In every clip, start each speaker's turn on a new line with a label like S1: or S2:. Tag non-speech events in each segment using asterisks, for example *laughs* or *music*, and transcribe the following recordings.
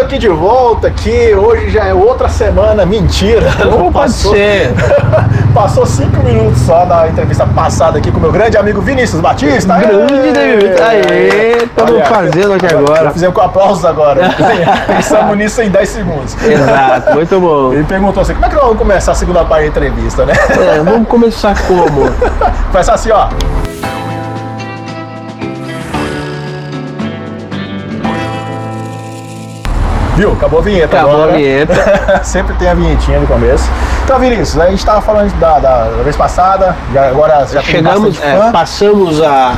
S1: aqui de volta, que hoje já é outra semana. Mentira!
S2: Ou Então
S1: *laughs*
S2: pode ser.
S1: passou cinco minutos só na entrevista passada aqui com meu grande amigo Vinícius Batista.
S2: Grande
S1: Aê!
S2: David. Aê, estamos
S1: Tá Olha,
S2: fazendo aqui agora.
S1: Fizemos com aplausos
S2: *laughs*
S1: agora. Pensamos nisso em 10 segundos.
S2: Exato,
S1: *laughs*
S2: muito bom.
S1: Ele perguntou assim: como é que nós vamos começar a segunda parte da entrevista, né? *laughs*
S2: É, vamos começar como?
S1: Começa assim, ó. Viu? Acabou a vinheta
S2: Acabou
S1: agora.
S2: a vinheta.
S1: *laughs* Sempre tem a vinhetinha no começo. Então, Vinícius, a gente estava falando da, da, da vez passada, já, agora já
S2: Chegamos,
S1: tem
S2: é,
S1: bastante fã.
S2: passamos a.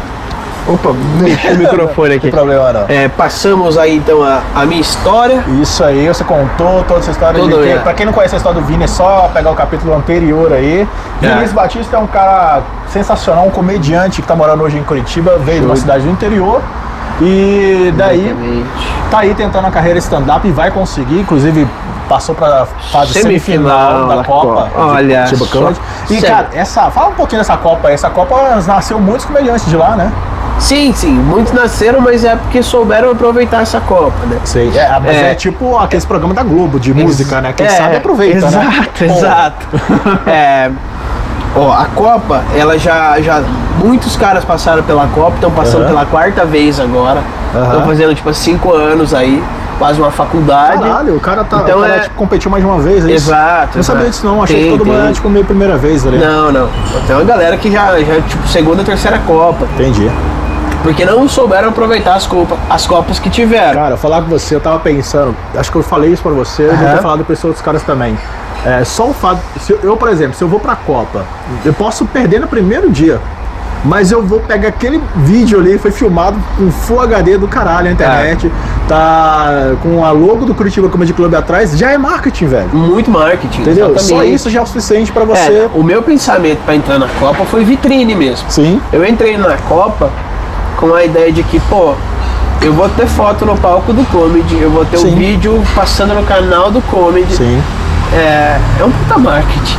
S2: Opa, mexi o microfone
S1: Não tem
S2: aqui.
S1: problema não.
S2: É, passamos aí então a, a minha história.
S1: Isso aí, você contou toda essa história.
S2: Tudo,
S1: de
S2: é.
S1: que, pra quem não conhece a história do Vini, é só pegar o capítulo anterior aí.
S2: É.
S1: Vinícius Batista é um cara sensacional, um comediante que tá morando hoje em Curitiba, veio de uma
S2: Show.
S1: cidade do interior. E daí
S2: Exatamente.
S1: tá aí tentando a carreira stand-up e vai conseguir, inclusive passou pra fase semifinal,
S2: Semifinal
S1: da,
S2: da
S1: Copa.
S2: Copa. Olha
S1: de Curitiba
S2: só.
S1: Comedy. E
S2: Sério.
S1: cara, essa, fala um pouquinho dessa Copa. aí. Essa Copa nasceu muitos comediantes de lá, né?
S2: Sim, sim, muitos nasceram, mas é porque souberam aproveitar essa Copa, né?
S1: Sei. É, mas é,
S2: É.
S1: tipo aqueles programas da Globo de música, né? Quem
S2: É,
S1: sabe aproveita,
S2: exato,
S1: né? Bom,
S2: Exato, *laughs* É, ó, a Copa, ela já, já. Muitos caras passaram pela Copa, estão passando
S1: Aham.
S2: pela quarta vez agora.
S1: Aham.
S2: Estão fazendo tipo cinco anos aí, quase uma faculdade.
S1: Caralho, o cara tá.
S2: Então
S1: o cara,
S2: é-
S1: tipo, competiu mais de uma vez, é isso?
S2: Exato.
S1: Não sabia
S2: exato.
S1: disso não, achei que
S2: Tem,
S1: todo mundo
S2: tem.
S1: era tipo meio primeira vez ali.
S2: Não, não. Tem uma galera que já, já tipo, segunda, terceira Copa.
S1: Entendi.
S2: Porque não souberam aproveitar as, copa, as Copas que tiveram.
S1: Cara, falar com você, eu tava pensando, acho que eu falei isso pra você, eu devia
S2: Aham.
S1: ter falado pra esses outros caras também. É, só o fato. se eu- eu, por exemplo, se eu vou pra Copa, eu posso perder no primeiro dia. Mas eu vou pegar aquele vídeo ali, foi filmado com Full HD do caralho na internet,
S2: É.
S1: tá com a logo do Curitiba Comedy Club atrás, já é marketing, velho.
S2: Muito marketing.
S1: Entendeu? Só
S2: exatamente.
S1: isso já é o suficiente pra
S2: É,
S1: você.
S2: o meu pensamento pra entrar na Copa foi vitrine mesmo.
S1: Sim.
S2: Eu entrei na Copa com a ideia de que, pô, eu vou ter foto no palco do comedy, eu vou ter
S1: Sim.
S2: um vídeo passando no canal do comedy.
S1: Sim.
S2: É, é um puta marketing,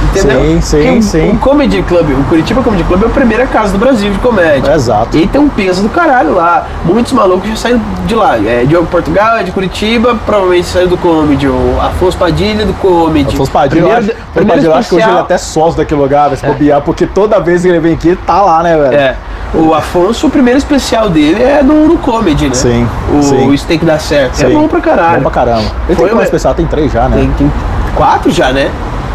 S1: Sim,
S2: entendeu?
S1: sim,
S2: Porque o-
S1: sim.
S2: O Comedy Club, o Curitiba Comedy Club é a primeira casa do Brasil de comédia.
S1: Exato.
S2: E tem um peso do caralho lá. Muitos malucos já saíram de lá. É, Diogo Portugal é de Curitiba, provavelmente saiu do comedy. O Afonso Padilha é do comedy.
S1: Afonso Padilha, eu
S2: Primeiro-
S1: acho, Afonso
S2: primeiro
S1: Padilha, eu acho que hoje ele é
S2: especial-
S1: até sócio daquele lugar, vai se bobear, porque toda vez que ele vem aqui, ele tá lá, né, velho?
S2: É. O Afonso, o primeiro especial dele é no, no comedy, né?
S1: Sim,
S2: O,
S1: sim.
S2: o Steak Dá Certo.
S1: Sim.
S2: É bom pra caralho.
S1: Bom pra caramba. Ele tem
S2: Foi
S1: quantos
S2: uma-
S1: especial? Tem três já, né?
S2: Tem, tem quatro já, né?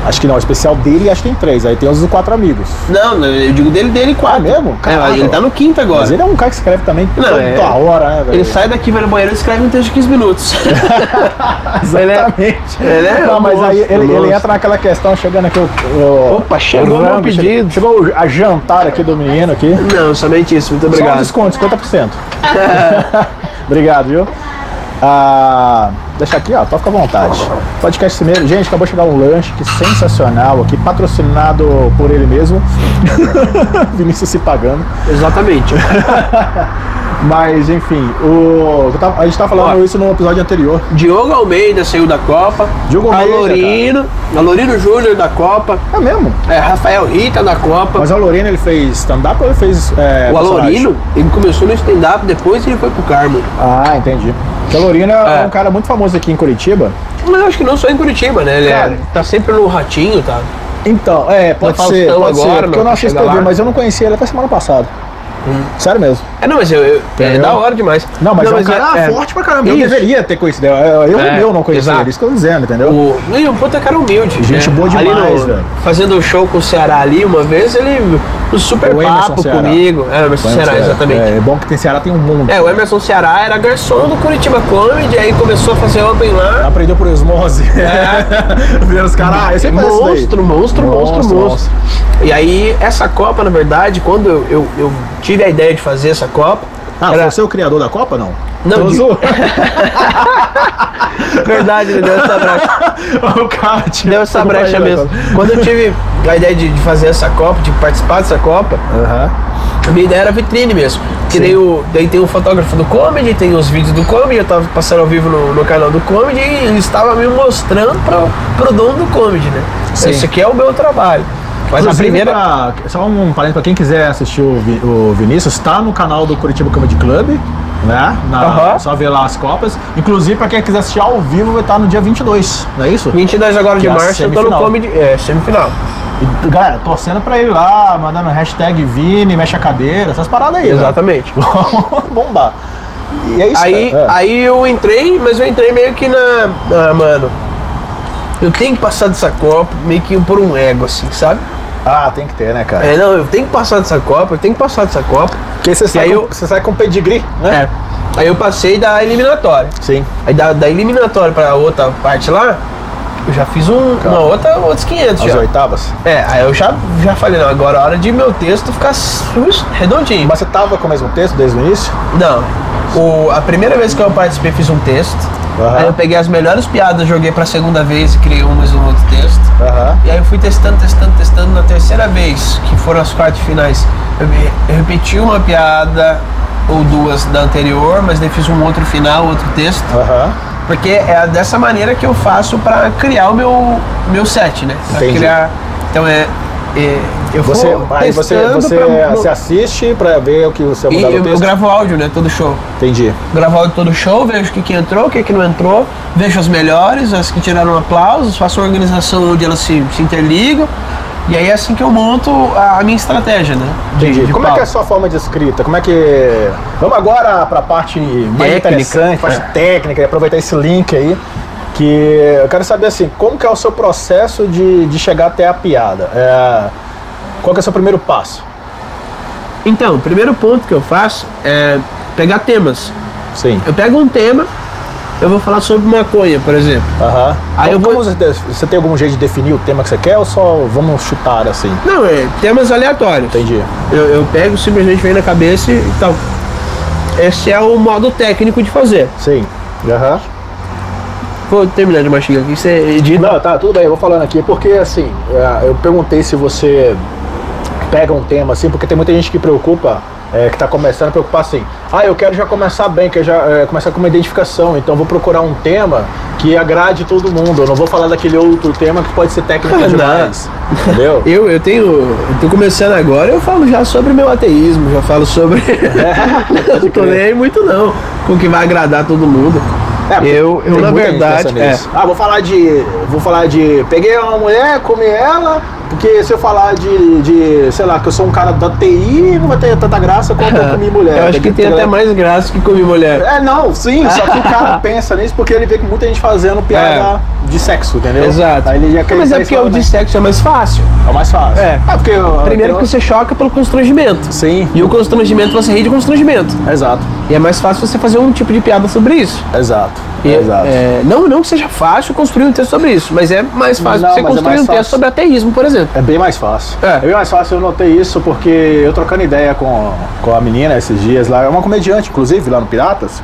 S1: Acho que não, o especial dele acho que tem três. Aí tem os quatro amigos.
S2: Não, eu digo dele, dele
S1: Ah,
S2: quatro.
S1: mesmo?
S2: É,
S1: Caralho.
S2: ele tá no quinto agora.
S1: Mas ele é um cara que escreve também toda
S2: é-
S1: hora, né, velho?
S2: Ele sai daqui, vai no banheiro e escreve um texto de 15 minutos.
S1: *laughs* É.
S2: ele é-
S1: Exatamente.
S2: ele é
S1: não, mas
S2: monstro,
S1: aí ele, ele
S2: monstro.
S1: entra naquela questão, chegando aqui o. o-
S2: Opa, chegou
S1: o
S2: meu
S1: Rambo,
S2: pedido.
S1: Chegou o- a jantar aqui do menino aqui.
S2: Não, somente isso. Muito
S1: Só um
S2: obrigado.
S1: desconto, 50%. *laughs* Obrigado, viu? Ah, deixa aqui, ó, toca à vontade. Podcast primeiro. Gente, acabou de chegar um lanche que sensacional aqui, patrocinado por ele mesmo. *laughs* Vinícius se pagando.
S2: Exatamente.
S1: Mas, enfim, o, eu tava- a gente tava falando
S2: Ó.
S1: isso no episódio anterior.
S2: Diogo Almeida saiu da Copa.
S1: Diogo Almeida,
S2: Alorino. Alorino Júnior da Copa.
S1: É mesmo?
S2: É, Rafael Rita da Copa.
S1: Mas o Alorino, ele fez stand-up ou ele fez. é,
S2: o
S1: personagem?
S2: Alorino, ele começou no stand-up, depois ele foi pro Carmo.
S1: Ah, entendi. Porque o Alorino é.
S2: É.
S1: um cara muito famoso aqui em Curitiba.
S2: Mas eu acho que não só em Curitiba, né? Ele é-
S1: Cara.
S2: tá sempre no ratinho, tá?
S1: Então, é, pode
S2: Faustão
S1: ser. Pode ser
S2: agora,
S1: porque
S2: meu,
S1: eu não assisto
S2: chega
S1: TV,
S2: lá.
S1: mas eu não conhecia ele até semana passada. Sério mesmo.
S2: É, não, mas eu, eu- é
S1: Entendeu?
S2: da hora demais.
S1: Não, mas é um cara forte pra caramba. Eu
S2: Isso.
S1: deveria ter conhecido. Eu, eu,
S2: É,
S1: eu não conhecia
S2: exato.
S1: ele, isso que eu tô dizendo, entendeu?
S2: O, e um puta cara humilde.
S1: Gente
S2: né?
S1: boa
S2: Ali
S1: demais, velho.
S2: Fazendo um show com o Ceará ali uma vez, ele. Um super
S1: O Emerson
S2: papo
S1: Ceará.
S2: comigo. É, o Emerson Ceará, exatamente.
S1: É, é bom que tem Ceará, tem um mundo.
S2: É. o Emerson Ceará era garçom do Curitiba Comedy, aí começou a fazer open lá.
S1: Aprendeu por osmose. *laughs*
S2: É.
S1: Vieram os caras, ah, eu sempre faço isso daí.
S2: monstro, monstro, monstro,
S1: Monstro,
S2: monstro,
S1: monstro.
S2: E aí, essa Copa, na verdade, quando eu, eu, eu tive a ideia de fazer essa Copa,
S1: Ah,
S2: era-
S1: você é o criador da Copa, não?
S2: Não,
S1: Tô
S2: de-
S1: zoando. *laughs*
S2: verdade, ele deu
S1: *laughs*
S2: essa brecha.
S1: o cara tinha- *laughs*
S2: Deu essa brecha mesmo. Quando eu tive a ideia de, de fazer essa Copa, de participar dessa Copa,
S1: Aham.
S2: a minha ideia era vitrine mesmo. Que
S1: Sim.
S2: daí, o, daí tem o fotógrafo do comedy, tem os vídeos do comedy, eu tava passando ao vivo no, no canal do comedy e ele estava me mostrando pro, pro dono do comedy, né?
S1: Sim.
S2: Isso aqui é o meu trabalho. Mas a
S1: Inclusive,
S2: primeira.
S1: pra- só um parênteses pra quem quiser assistir o, Vi- o Vinícius, tá no canal do Curitiba Comedy Club. né? Na,
S2: Aham.
S1: Só ver lá as Copas. Inclusive, pra quem quiser assistir ao vivo, vai estar no dia 22, não é isso?
S2: 22 agora
S1: Que
S2: de
S1: é a
S2: março, eu tô no
S1: semifinal.
S2: comedy. É, semifinal.
S1: E, galera, torcendo pra ele lá, mandando hashtag Vini, mexe a cadeira, essas paradas aí. né?
S2: Exatamente.
S1: *laughs* Vamos bombar. E é isso,
S2: Aí,
S1: cara. É.
S2: aí eu entrei, mas eu entrei meio que na. Ah, mano. Eu tenho que passar dessa Copa, meio que por um ego, assim, sabe?
S1: Ah, tem que ter, né, cara?
S2: É, não, eu tenho que passar dessa Copa, eu tenho que passar dessa Copa.
S1: Porque você sai,
S2: aí
S1: com,
S2: eu-
S1: você sai com pedigree, né?
S2: É. Aí eu passei da eliminatória.
S1: Sim.
S2: Aí da, da eliminatória pra outra parte lá, eu já fiz um,
S1: Cara.
S2: uma outra, outros 500
S1: As
S2: já.
S1: oitavas.
S2: É, aí eu já, já falei, não, agora é hora de meu texto ficar su- redondinho.
S1: Mas você tava com o mesmo texto desde o início?
S2: Não. O, a primeira vez que eu participei, fiz um texto.
S1: Aham.
S2: Aí eu peguei as melhores piadas, joguei pra segunda vez e criei um mais um outro texto.
S1: Aham.
S2: E aí eu fui testando, testando, testando. Na terceira vez, que foram as quartas de finais, eu, me- eu repeti uma piada ou duas da anterior, mas daí fiz um outro final, outro texto.
S1: Aham.
S2: Porque é dessa maneira que eu faço pra criar o meu, meu set, né? Pra
S1: Entendi.
S2: criar. Então é. é, eu
S1: Você,
S2: vou
S1: aí você,
S2: testando
S1: você,
S2: pra-
S1: você assiste pra ver o que você
S2: e
S1: mudar no
S2: eu, eu
S1: texto?
S2: gravo áudio, né? Todo show.
S1: Entendi.
S2: Gravo áudio todo show, vejo o que, que entrou, o que, que não entrou, vejo as melhores, as que tiraram aplausos, faço uma organização onde elas se, se interligam. E aí é assim que eu monto a, a minha estratégia, né? De-
S1: Entendi.
S2: de
S1: Como é que é a
S2: palco.
S1: sua forma de escrita? Como é que. Vamos agora para a parte mais
S2: Técnica. É.
S1: interessante, parte técnica, e aproveitar esse link aí. Que eu quero saber assim, como que é o seu processo de, de chegar até a piada? É, qual que é o seu primeiro passo?
S2: Então, o primeiro ponto que eu faço é pegar temas.
S1: Sim.
S2: Eu pego um tema, eu vou falar sobre maconha, por exemplo.
S1: Aham.
S2: Aí eu
S1: Como- como
S2: vou-
S1: você, def- você tem algum jeito de definir o tema que você quer ou só vamos chutar assim?
S2: Não, é temas aleatórios.
S1: Entendi.
S2: Eu, eu pego, simplesmente vem na cabeça e tal. Esse é o modo técnico de fazer.
S1: Sim. Aham.
S2: Vou terminar de mastigar aqui, você edita.
S1: Não, tá, tudo bem, eu vou falando aqui, porque assim, é, eu perguntei se você pega um tema assim, porque tem muita gente que preocupa, é, que tá começando a preocupar assim, ah, eu quero já começar bem, que já é, começar com uma identificação, então eu vou procurar um tema que agrade todo mundo, eu não vou falar daquele outro tema que pode ser técnico
S2: Ah,
S1: demais, entendeu?
S2: Eu, eu tenho. Eu tô começando agora, eu falo já sobre meu ateísmo, já falo
S1: *laughs*
S2: sobre. *laughs* não tô nem aí muito não. Com o que vai agradar todo mundo.
S1: É, porque
S2: eu, eu
S1: tem
S2: na
S1: muita gente
S2: verdade.
S1: pensando
S2: É,
S1: nisso. Ah, vou falar de. Vou falar de. Peguei uma mulher, comi ela, porque se eu falar de, de sei lá, que eu sou um cara da TI, não vai ter tanta graça quanto
S2: *laughs*
S1: eu comi mulher.
S2: é. eu acho que tem até mais graça que comer mulher.
S1: É, não, sim, só que o
S2: *laughs*
S1: cara pensa nisso porque ele vê que muita gente fazendo piada de sexo, entendeu?
S2: É. Exato.
S1: então, Aí ele já quer
S2: Mas é
S1: sair
S2: porque o
S1: falando,
S2: de
S1: né?
S2: sexo é mais fácil.
S1: É o mais fácil.
S2: É.
S1: porque. eu-
S2: Primeiro que
S1: eu-
S2: você choca pelo constrangimento.
S1: então. Sim.
S2: E o constrangimento, você ri de constrangimento.
S1: Exato,
S2: E é mais fácil você fazer um tipo de piada sobre isso.
S1: exato.
S2: E,
S1: exato.
S2: é, não, não que seja fácil construir um texto sobre isso, mas é mais fácil
S1: Não,
S2: você
S1: mas é
S2: construir
S1: mais
S2: um texto
S1: fácil.
S2: sobre ateísmo, por exemplo.
S1: É bem mais fácil.
S2: É.
S1: É. bem mais fácil, eu notei isso porque eu trocando ideia com, com a menina esses dias lá, é uma comediante, inclusive, lá no Piratas,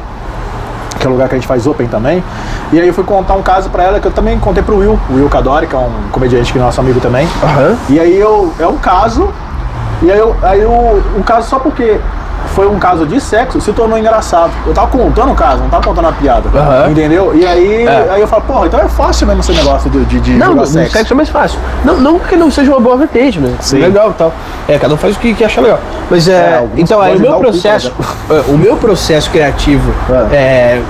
S1: que é um lugar que a gente faz open também. E aí eu fui contar um caso pra ela que eu também contei pro Will, o Will Cadori, que é um comediante que é nosso amigo também.
S2: Aham.
S1: E aí eu. É um caso. E aí, eu, aí o, o caso só porque foi um caso de sexo, se tornou engraçado. Eu tava contando o caso, não tava contando a piada.
S2: Aham.
S1: Entendeu? E aí,
S2: É.
S1: aí eu falo, porra, então é fácil mesmo esse negócio de, de, de
S2: Não,
S1: jogar
S2: no sexo. é mais fácil. Não, não que não seja uma boa vertente, né?
S1: Sim.
S2: Legal e tal. É, cada um faz o que, que acha legal. Mas é.
S1: É, alguns
S2: então, aí o
S1: podem dar
S2: meu
S1: o cu, tá
S2: processo. *laughs* é, O meu processo criativo
S1: É.
S2: é,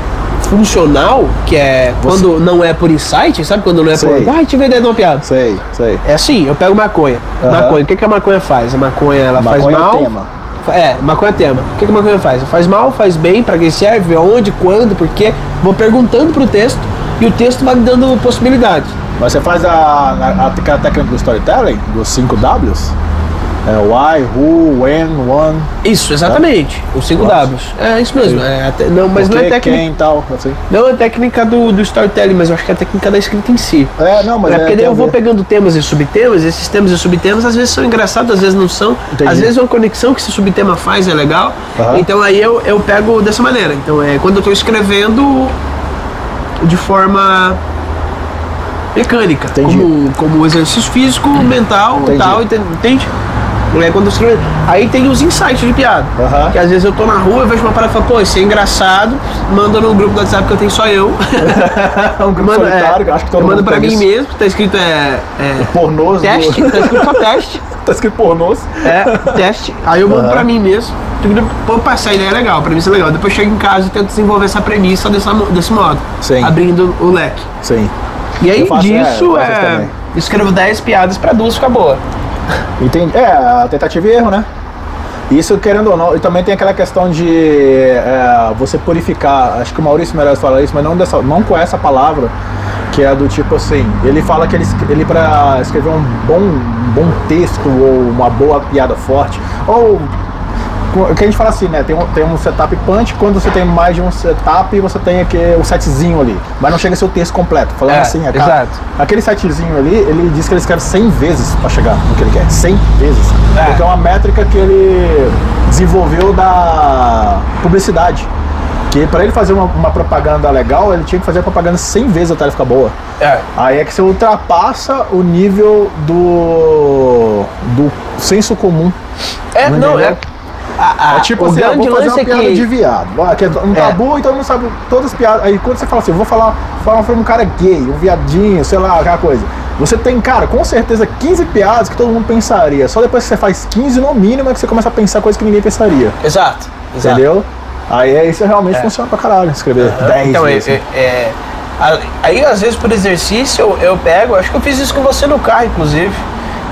S2: funcional, que é quando não é por insight, sabe? Quando não é
S1: Sei.
S2: por. Ai, tive a ideia de uma piada.
S1: Sei, sei.
S2: É assim, eu pego maconha.
S1: Aham.
S2: Maconha, o que, que a maconha faz? A maconha ela faz
S1: Maconha é o
S2: mal.
S1: tema.
S2: Fa- É, maconha é tema. O que, que a maconha faz? Faz mal, faz bem, pra quem serve, aonde, quando, por quê? Vou perguntando pro texto e o texto vai me dando possibilidades.
S1: Mas você faz a, a, a técnica do storytelling, dos 5 Ws? É why, who, when, when,
S2: Isso, exatamente. Os 5
S1: Tá. Nossa.
S2: Ws. É isso mesmo. é até- não, mas
S1: por
S2: não é
S1: quê,
S2: técnica.
S1: quem e tal, assim.
S2: Não é técnica do, do storytelling, mas eu acho que é a técnica da escrita em si.
S1: É, não, mas
S2: é porque daí
S1: tem
S2: eu
S1: a
S2: vou
S1: ver.
S2: pegando temas e subtemas, esses temas e subtemas às vezes são engraçados, às vezes não são.
S1: Entendi.
S2: Às vezes uma conexão que esse subtema faz é legal.
S1: Aham.
S2: Então aí eu, eu pego dessa maneira. Então é quando eu tô escrevendo de forma mecânica,
S1: Entendi.
S2: como, como exercício físico, mental e
S1: Entendi.
S2: tal, ente- entende? Não É quando eu escrevo. Aí tem os insights de piada.
S1: Aham.
S2: Que às vezes eu tô na rua, eu vejo uma parada e falo, pô, isso é engraçado, manda no grupo do WhatsApp que eu tenho só eu. *laughs*
S1: É um grupo
S2: Manda,
S1: solitário, que eu acho que todo
S2: eu
S1: mundo
S2: mando pra
S1: tem
S2: mim
S1: isso.
S2: mesmo, tá escrito é, é
S1: Pornôs do-
S2: teste, tá escrito só teste.
S1: *laughs* tá escrito pornôs.
S2: É, teste. Aí eu mando
S1: Aham.
S2: pra mim mesmo. Pô, pá, essa ideia é legal, a premissa é legal. Depois chego em casa e tento desenvolver essa premissa dessa, mo- desse modo.
S1: Sim.
S2: Abrindo o leque.
S1: Sim.
S2: E aí
S1: Eu faço, é, eu
S2: disso
S1: faço isso
S2: é.
S1: também.
S2: escrevo 10 piadas pra duas ficar boa.
S1: Entendi. É, a tentativa e erro, né? Isso, querendo ou não, e também tem aquela questão de é, você purificar. Acho que o Maurício Meirelles fala isso, mas não, dessa, não com essa palavra, que é do tipo assim. Ele fala que ele, es- ele para escrever um bom, um bom texto ou uma boa piada forte, ou. O que a gente fala assim, né? Tem um, tem um setup punch, quando você tem mais de um setup, você tem aqui o setzinho ali. Mas não chega a ser o texto completo. Falando
S2: É,
S1: assim, é cara,
S2: exato.
S1: Aquele sitezinho ali, ele diz que ele escreve 100 vezes para chegar no que ele quer. 100 vezes.
S2: É.
S1: Porque é uma métrica que ele desenvolveu da publicidade. Que para ele fazer uma, uma propaganda legal, ele tinha que fazer a propaganda 100 vezes até ela ficar boa.
S2: É.
S1: Aí é que você ultrapassa o nível do, do senso comum.
S2: É,
S1: Não
S2: não,
S1: entendeu?
S2: é. A, a,
S1: É tipo
S2: o
S1: assim, ah,
S2: grande
S1: vou fazer uma
S2: lance é
S1: piada
S2: que.
S1: de viado. Ah, que é um
S2: É.
S1: tabu, então não sabe todas as piadas. Aí quando você fala assim, vou falar, falar pra um cara gay, um viadinho, sei lá, aquela coisa. Você tem, cara, com certeza 15 piadas que todo mundo pensaria. Só depois que você faz 15 no mínimo é que você começa a pensar coisas que ninguém pensaria.
S2: Exato, exato.
S1: Entendeu? Aí é isso realmente
S2: É.
S1: funciona pra caralho, escrever 10
S2: Então, é,
S1: vezes.
S2: é- é- a- aí às vezes por exercício eu, eu pego, acho que eu fiz isso com você no carro, inclusive.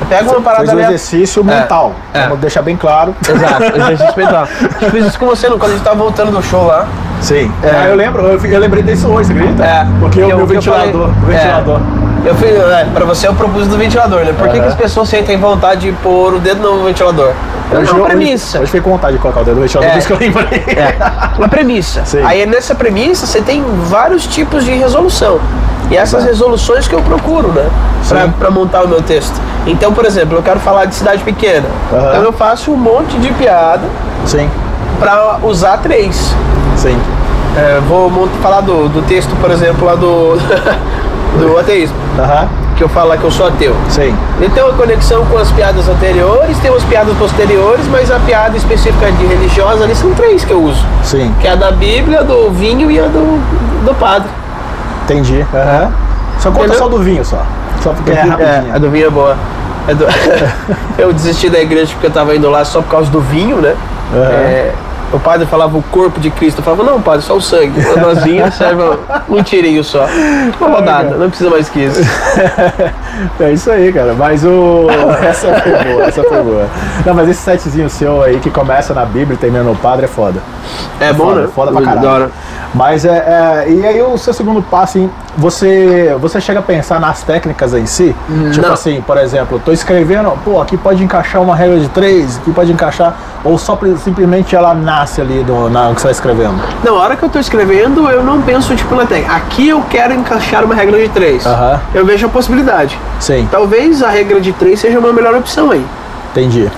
S2: Eu pego é uma parada
S1: Faz um
S2: minha-
S1: exercício
S2: É.
S1: mental.
S2: É.
S1: Vamos deixar bem claro.
S2: Exato, *laughs* exercício mental. Eu fiz isso com você no, quando a gente tava voltando do show lá.
S1: Sim. Ah, eu lembro, eu, eu lembrei disso hoje, você acredita?
S2: É,
S1: Porque
S2: que
S1: o meu
S2: que falei-
S1: ventilador. o
S2: é.
S1: ventilador.
S2: Eu fui, é, pra você eu propus do ventilador, né? Por que, que
S1: Aham.
S2: as pessoas sentem vontade de pôr o dedo no ventilador? É
S1: Hoje
S2: uma
S1: um eu-
S2: premissa.
S1: Hoje, hoje fiquei com vontade de colocar o dedo no ventilador,
S2: É.
S1: por isso que eu lembrei.
S2: É, uma premissa.
S1: Sim.
S2: Aí nessa premissa você tem vários tipos de resolução. E essas resoluções que eu procuro, né? Pra,
S1: Sim.
S2: pra montar o meu texto. Então, por exemplo, eu quero falar de cidade pequena.
S1: Aham.
S2: Então eu faço um monte de piada
S1: Sim,
S2: pra usar três.
S1: sim.
S2: É, vou mont- falar do, do texto, por exemplo, lá do, *laughs* do ateísmo.
S1: Aham,
S2: Que eu falo lá que eu sou ateu.
S1: sim.
S2: Ele tem uma conexão com as piadas anteriores, tem umas piadas posteriores, mas a piada específica de religiosa ali são três que eu uso.
S1: Sim,
S2: Que é a da Bíblia, do vinho e a do, do padre.
S1: entendi. Aham. Só conta
S2: Entendeu?
S1: só do vinho, só. Só porque é
S2: é, a
S1: rapidinho.
S2: do vinho é boa.
S1: *laughs*
S2: É do- eu desisti da igreja porque eu tava indo lá só por causa do vinho, né?
S1: Aham.
S2: É, o padre falava o corpo de Cristo. Eu falava, não, padre, só o sangue. Uma dozinha serve um tirinho só. Uma rodada, não precisa mais que isso.
S1: É isso aí, cara. Mas o. *laughs* essa foi boa, essa foi *laughs* boa. Não, mas esse setzinho seu aí que começa na Bíblia e termina no padre é foda.
S2: É bom,
S1: foda,
S2: né?
S1: foda pra
S2: Eu
S1: caralho.
S2: adoro.
S1: Mas é, é, E aí o seu segundo passo, hein? Você, você chega a pensar nas técnicas em si? tipo
S2: Hum, não.
S1: assim, por exemplo, tô escrevendo, pô, aqui pode encaixar uma regra de três, aqui pode encaixar, ou só pri- simplesmente ela nasce ali do, na, no que você tá escrevendo.
S2: Na hora que eu tô escrevendo, eu não penso, tipo, na técnica. Aqui eu quero encaixar uma regra de três.
S1: Aham.
S2: Eu vejo a possibilidade.
S1: Sim,
S2: Talvez a regra de três seja uma melhor opção aí.
S1: entendi.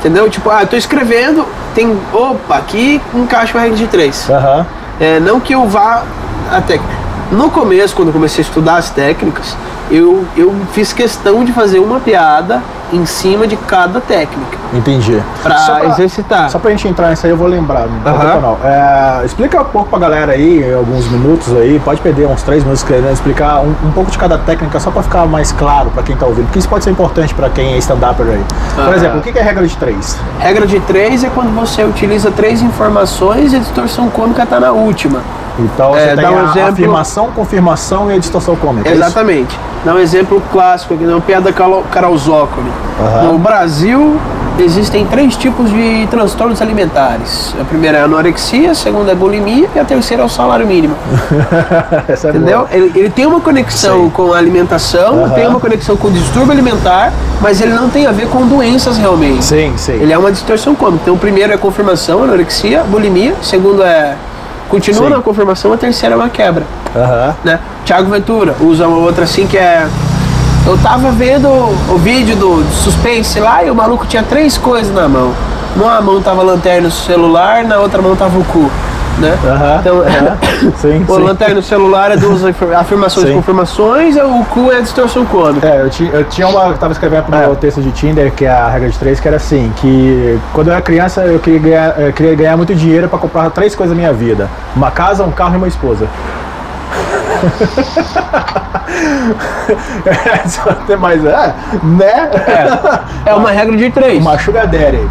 S2: Entendeu? Tipo, ah, eu tô escrevendo, tem. Opa, aqui encaixa uma regra de três.
S1: Aham.
S2: É, não que eu vá a técnica. No começo, quando eu comecei a estudar as técnicas, eu, eu fiz questão de fazer uma piada em cima de cada técnica.
S1: Entendi.
S2: Pra
S1: Só
S2: exercitar.
S1: Só pra gente entrar nisso aí, eu vou lembrar. né, Não tem
S2: Aham.
S1: tempo não. É, explica um pouco pra galera aí, em alguns minutos aí, pode perder uns três minutos querendo explicar um, um pouco de cada técnica, só pra ficar mais claro pra quem tá ouvindo, porque isso pode ser importante pra quem é stand-upper aí. Por
S2: Aham.
S1: exemplo, o que que é regra de três?
S2: Regra de três é quando você utiliza três informações e a distorção cômica tá na última.
S1: Então
S2: É,
S1: você tem
S2: dá um
S1: a
S2: exemplo-
S1: afirmação, confirmação e a distorção cômica. é isso?
S2: Exatamente. Dá um exemplo clássico aqui, não piada calo- Karalzócoli.
S1: Aham.
S2: No Brasil, existem três tipos de transtornos alimentares. A primeira é a anorexia, a segunda é a bulimia e a terceira é o salário mínimo.
S1: *laughs* Essa é boa.
S2: Entendeu? Ele, ele tem uma conexão
S1: Sim.
S2: com a alimentação,
S1: Aham.
S2: tem uma conexão com o distúrbio alimentar, mas ele não tem a ver com doenças realmente.
S1: Sim, sim.
S2: Ele é uma distorção cômica. Então, o primeiro é confirmação, anorexia, bulimia. O segundo é continua
S1: Sim.
S2: na confirmação, a terceira é uma quebra
S1: Aham.
S2: né? Thiago Ventura usa uma outra assim que é. Eu tava vendo o vídeo do de suspense lá e o maluco tinha três coisas na mão. Numa mão tava a lanterna no celular, na outra mão tava o cu, né?
S1: Aham.
S2: Então,
S1: aham. Sim,
S2: *laughs* o
S1: sim.
S2: lanterna no celular é duas afir- afirmações e
S1: Sim.
S2: confirmações, e o cu é a distorção cômica.
S1: É, eu, ti- eu tinha uma. Eu tava escrevendo pro meu texto de Tinder, que é a regra de três, que era assim, que quando eu era criança eu queria ganhar, eu queria ganhar muito dinheiro pra comprar três coisas da minha vida. Uma casa, um carro e uma esposa. É, *laughs* só tem mais. É, né?
S2: É uma regra de três.
S1: Uma sugar daddy.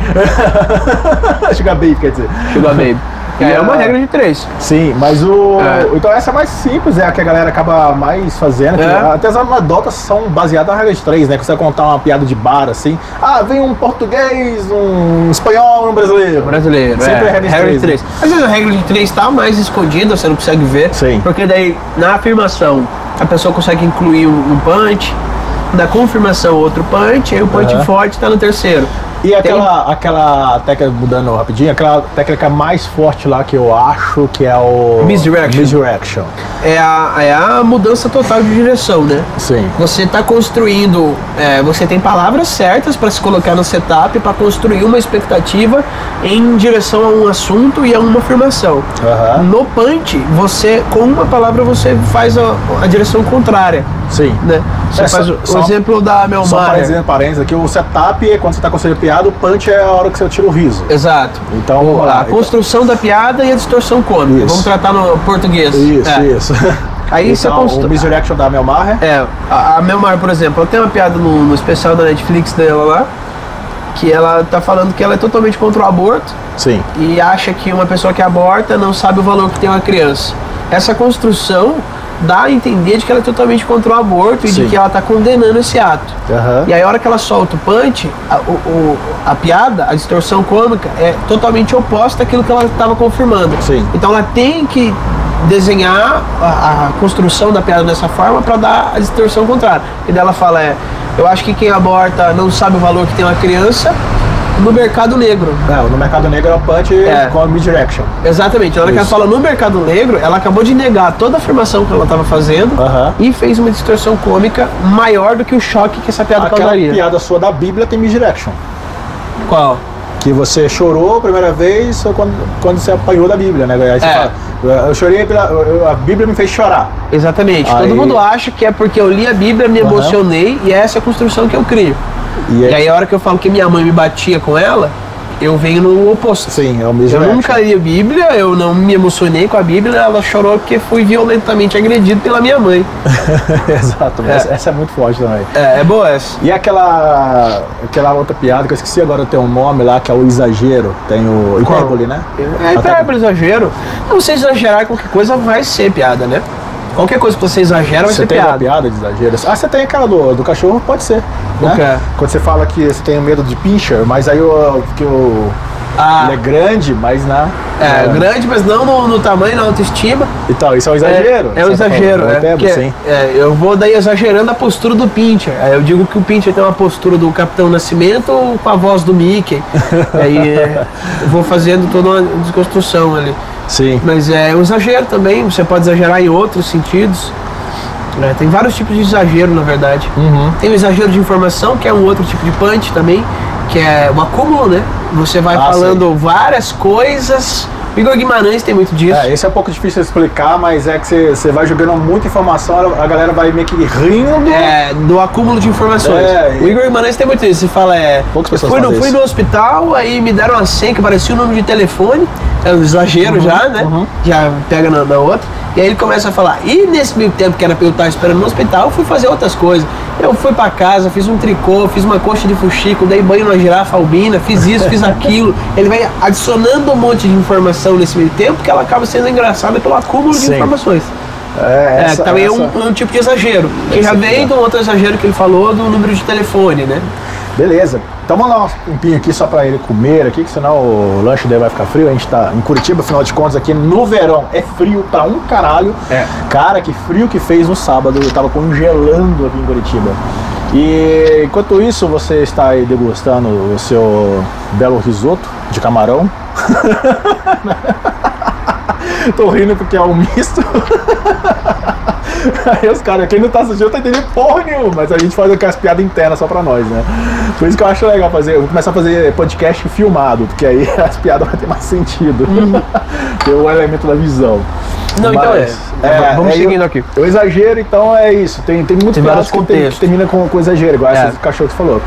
S1: *laughs* sugar baby, quer dizer.
S2: Sugar
S1: *laughs*
S2: Baby. É,
S1: É.
S2: uma regra de três.
S1: Sim, mas o.
S2: É.
S1: Então essa é mais simples, é a que a galera acaba mais fazendo. que
S2: É.
S1: Até as anedotas são baseadas na regra de três, né? Que você vai contar uma piada de bar assim. Ah, vem um português, um espanhol, um brasileiro.
S2: Brasileiro,
S1: Sempre é regra de três,
S2: três. Às vezes a regra de três tá mais escondida, você não consegue ver.
S1: Sim.
S2: Porque daí, na afirmação, a pessoa consegue incluir um, um punch, na confirmação outro punch, aí o punch
S1: Aham.
S2: forte tá no terceiro.
S1: E
S2: Tem-
S1: aquela, aquela técnica, mudando rapidinho, aquela técnica mais forte lá que eu acho que é o.
S2: Misdirection.
S1: Misdirection.
S2: É a, é a mudança total de direção, né?
S1: Sim.
S2: Você está construindo, é, você tem palavras certas para se colocar no setup, para construir uma expectativa em direção a um assunto e a uma afirmação.
S1: Aham.
S2: No punch, você com uma palavra você faz a, a direção contrária,
S1: Sim.
S2: né? Você
S1: É,
S2: faz
S1: só-
S2: o
S1: só-
S2: exemplo da Mel
S1: Só
S2: Maher.
S1: fazendo parênteses aqui, o setup é quando você tá construindo piada, o punch é a hora que você tira o riso.
S2: Exato.
S1: Então,
S2: Vamos lá,
S1: ah,
S2: a
S1: então-
S2: construção da piada e a distorção cômica.
S1: Isso.
S2: Vamos tratar no português.
S1: Isso,
S2: É.
S1: isso. *laughs*
S2: Aí você
S1: então,
S2: constrói-
S1: o misdirection da Mel Maher.
S2: É, a, a Mel Maher, por exemplo, ela tem uma piada no, no especial da Netflix dela lá, que ela tá falando que ela é totalmente contra o aborto
S1: Sim.
S2: e acha que uma pessoa que aborta não sabe o valor que tem uma criança. Essa construção dá a entender de que ela é totalmente contra o aborto e
S1: Sim.
S2: de que ela tá condenando esse ato.
S1: Aham.
S2: E aí a hora que ela solta o punch, a, o- o- a piada, a distorção cômica é totalmente oposta àquilo que ela estava confirmando.
S1: Sim.
S2: Então ela tem que desenhar a, a construção da piada dessa forma para dar a distorção contrária. E dela fala é, eu acho que quem aborta não sabe o valor que tem uma criança no mercado negro.
S1: É, no mercado negro é o punch
S2: É.
S1: com a misdirection.
S2: Exatamente. Na hora que ela
S1: Isso.
S2: fala no mercado negro, ela acabou de negar toda a afirmação que ela estava fazendo
S1: Aham.
S2: e fez uma distorção cômica maior do que o choque que essa piada
S1: Aquela
S2: causaria.
S1: piada sua da Bíblia tem misdirection.
S2: Qual?
S1: Que você chorou a primeira vez ou quando, quando você apanhou da Bíblia, né? Aí você
S2: É.
S1: fala, eu chorei pela. eu- a Bíblia me fez chorar.
S2: Exatamente.
S1: Aí-
S2: Todo mundo acha que é porque eu li a Bíblia, me
S1: Aham.
S2: emocionei e essa é a construção que eu crio.
S1: E, é,
S2: E
S1: aí,
S2: aí a hora que eu falo que minha mãe me batia com ela, eu venho no oposto.
S1: sim, é o
S2: Eu
S1: misdirection.
S2: nunca li a Bíblia, eu não me emocionei com a Bíblia, ela chorou porque fui violentamente agredido pela minha mãe.
S1: *laughs* Exato,
S2: É.
S1: Essa, essa é muito forte também.
S2: É, é boa essa.
S1: E aquela, aquela outra piada que eu esqueci agora tem um nome lá, que é o exagero, tem o
S2: Qual?
S1: hipérbole, né?
S2: É hipérbole, exagero. Não você exagerar qualquer coisa vai ser piada, né? Qualquer coisa que você exagera vai
S1: Você
S2: ser
S1: tem uma
S2: piada.
S1: piada de exagero? Ah, você tem aquela do, do cachorro? Pode ser. Né?
S2: quê?
S1: Quando você fala que você tem um medo de pincher, mas aí o, que o,
S2: Ah,
S1: ele é grande, mas na.
S2: é, grande, mas não no, no tamanho, na autoestima.
S1: Então, isso é um exagero.
S2: É, é um
S1: Você tá
S2: exagero,
S1: falando,
S2: é,
S1: até,
S2: porque,
S1: sim.
S2: é, Eu vou daí exagerando a postura do Pincher. Aí eu digo que o Pincher tem uma postura do Capitão Nascimento com a voz
S1: *laughs*
S2: do Mickey. aí é, eu vou fazendo toda uma desconstrução ali.
S1: Sim.
S2: Mas é um exagero também, você pode exagerar em outros sentidos. né? tem vários tipos de exagero, na verdade.
S1: Uhum.
S2: Tem o exagero de informação, que é um outro tipo de punch também, que é um acúmulo, né? Você vai
S1: Ah,
S2: falando várias coisas. O Igor Guimarães tem muito disso.
S1: É, esse é um pouco difícil de explicar, mas é que você, você vai jogando muita informação, a galera vai meio que rindo.
S2: É, do acúmulo de informações.
S1: É,
S2: o Igor Guimarães tem muito isso. Você fala, é.
S1: Poucas
S2: eu
S1: pessoas
S2: fui, no,
S1: fazem
S2: fui
S1: isso.
S2: no hospital, aí me deram uma senha que parecia o nome de telefone. É um exagero já, né?
S1: uhum.
S2: Já pega na, na outra. E aí ele começa a falar. E nesse meio tempo que era pra eu estar esperando no hospital, eu fui fazer outras coisas. Eu fui pra casa, fiz um tricô, fiz uma coxa de fuxico, dei banho numa girafa albina, fiz isso,
S1: *laughs*
S2: fiz aquilo. Ele vai adicionando um monte de informação nesse meio tempo que ela acaba sendo engraçada pelo acúmulo
S1: Sim.
S2: de informações.
S1: É,
S2: É, que também é um, um tipo de exagero. Que já
S1: Essa
S2: vem
S1: aqui,
S2: do outro exagero que ele falou do número de telefone, né?
S1: Beleza. Então vamos dar um tempinho aqui só pra ele comer aqui, que senão o lanche dele vai ficar frio. A gente tá em Curitiba, afinal de contas, aqui no verão. É frio pra um caralho.
S2: É.
S1: Cara, que frio que fez no sábado. Eu tava congelando aqui em Curitiba. E enquanto isso, você está aí degustando o seu belo risoto de camarão. Tô rindo porque é um misto. *laughs* Aí os caras, quem não tá assistindo, não tá entendendo porra nenhuma, mas a gente faz aquelas piadas internas só pra nós, né? Por isso que eu acho legal fazer. Eu vou começar a fazer podcast filmado, porque aí *laughs* as piadas vão ter mais sentido. *laughs* Tem o elemento da visão.
S2: Uhum. Não, então é. Vamos seguindo
S1: eu-
S2: aqui.
S1: Eu exagero, então é isso. Tem, tem muitos
S2: Tem vários
S1: piadas que, tem- que
S2: contextos.
S1: termina com, com exagero, igual
S2: É.
S1: essa do cachorro que você falou.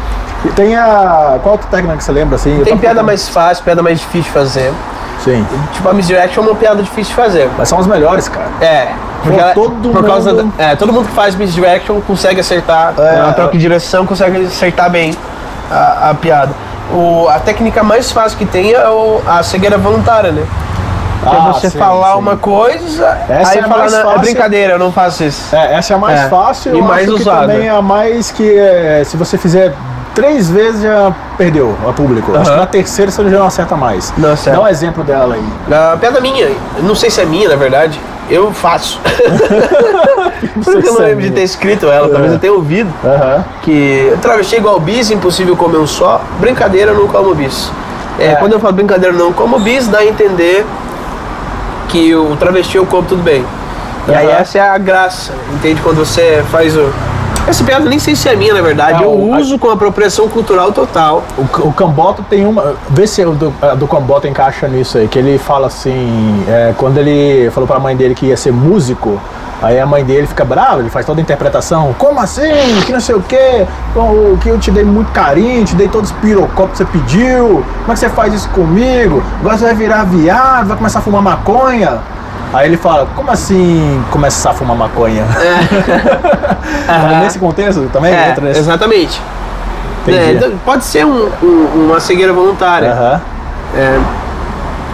S1: E tem a. Qual outra técnica que você lembra assim? Eu
S2: Tem
S1: tava
S2: piada
S1: procurando.
S2: mais fácil, piada mais difícil de fazer.
S1: Sim.
S2: Tipo, a misdirection é uma piada difícil de fazer.
S1: Mas são as melhores, cara.
S2: É.
S3: Porque
S1: Pô,
S3: ela-
S1: todo
S3: por causa
S1: mundo-
S3: da- é, todo mundo que faz misdirection consegue acertar.
S2: É,
S3: a
S2: a
S3: troca
S2: troca
S3: de...
S2: de direção consegue acertar bem a, a piada. O, a técnica mais fácil que tem é o- a cegueira voluntária, né? Que é
S1: Ah,
S2: você
S1: sim,
S2: falar
S1: sim.
S2: uma coisa,
S1: Essa
S2: aí
S1: é a
S2: falar,
S1: mais
S2: não, é
S1: fácil."
S2: brincadeira, eu não faço isso.
S1: É, essa é a mais
S2: É.
S1: fácil
S2: E
S1: eu
S2: mais
S1: acho
S2: usada.
S1: Que também é a mais que é, se você fizer três vezes já perdeu a público. Acho que
S2: Aham.
S1: na terceira você já não acerta mais.
S2: Não é acerta.
S1: Dá um exemplo dela aí.
S2: Na piada minha, eu não sei se é minha, na verdade, eu faço. *laughs*
S1: sei
S2: Porque eu
S1: se
S2: não
S1: é
S2: lembro de
S1: minha.
S2: ter escrito ela, talvez
S1: É.
S2: eu tenha ouvido.
S1: Aham.
S2: que travesti é igual bis, impossível comer um só, brincadeira eu não como bis. É,
S1: É.
S2: Quando eu falo brincadeira eu não como bis, dá a entender que o travesti eu como tudo bem. E aí
S1: Aham.
S2: essa é a graça, entende? Quando você faz o. Essa piada nem sei se é minha, na verdade.
S1: Ah,
S2: eu
S1: o-
S2: uso com apropriação cultural total.
S1: O, C- o Cambota tem uma. Vê se o do, a do Cambota encaixa nisso aí. Que ele fala assim. é, quando ele falou pra mãe dele que ia ser músico, aí a mãe dele fica brava, ele faz toda a interpretação. Como assim? Que não sei o quê. Bom, o que eu te dei muito carinho, te dei todos os pirocopos que você pediu. Como é que você faz isso comigo? Agora você vai virar viado, vai começar a fumar maconha. Aí ele fala, como assim começar a fumar maconha?
S2: Aham.
S1: *laughs* Nesse contexto também?
S2: É,
S1: entra nesse-
S2: exatamente.
S1: Entendi.
S2: É, então, pode ser um- um- uma cegueira voluntária.
S1: Aham.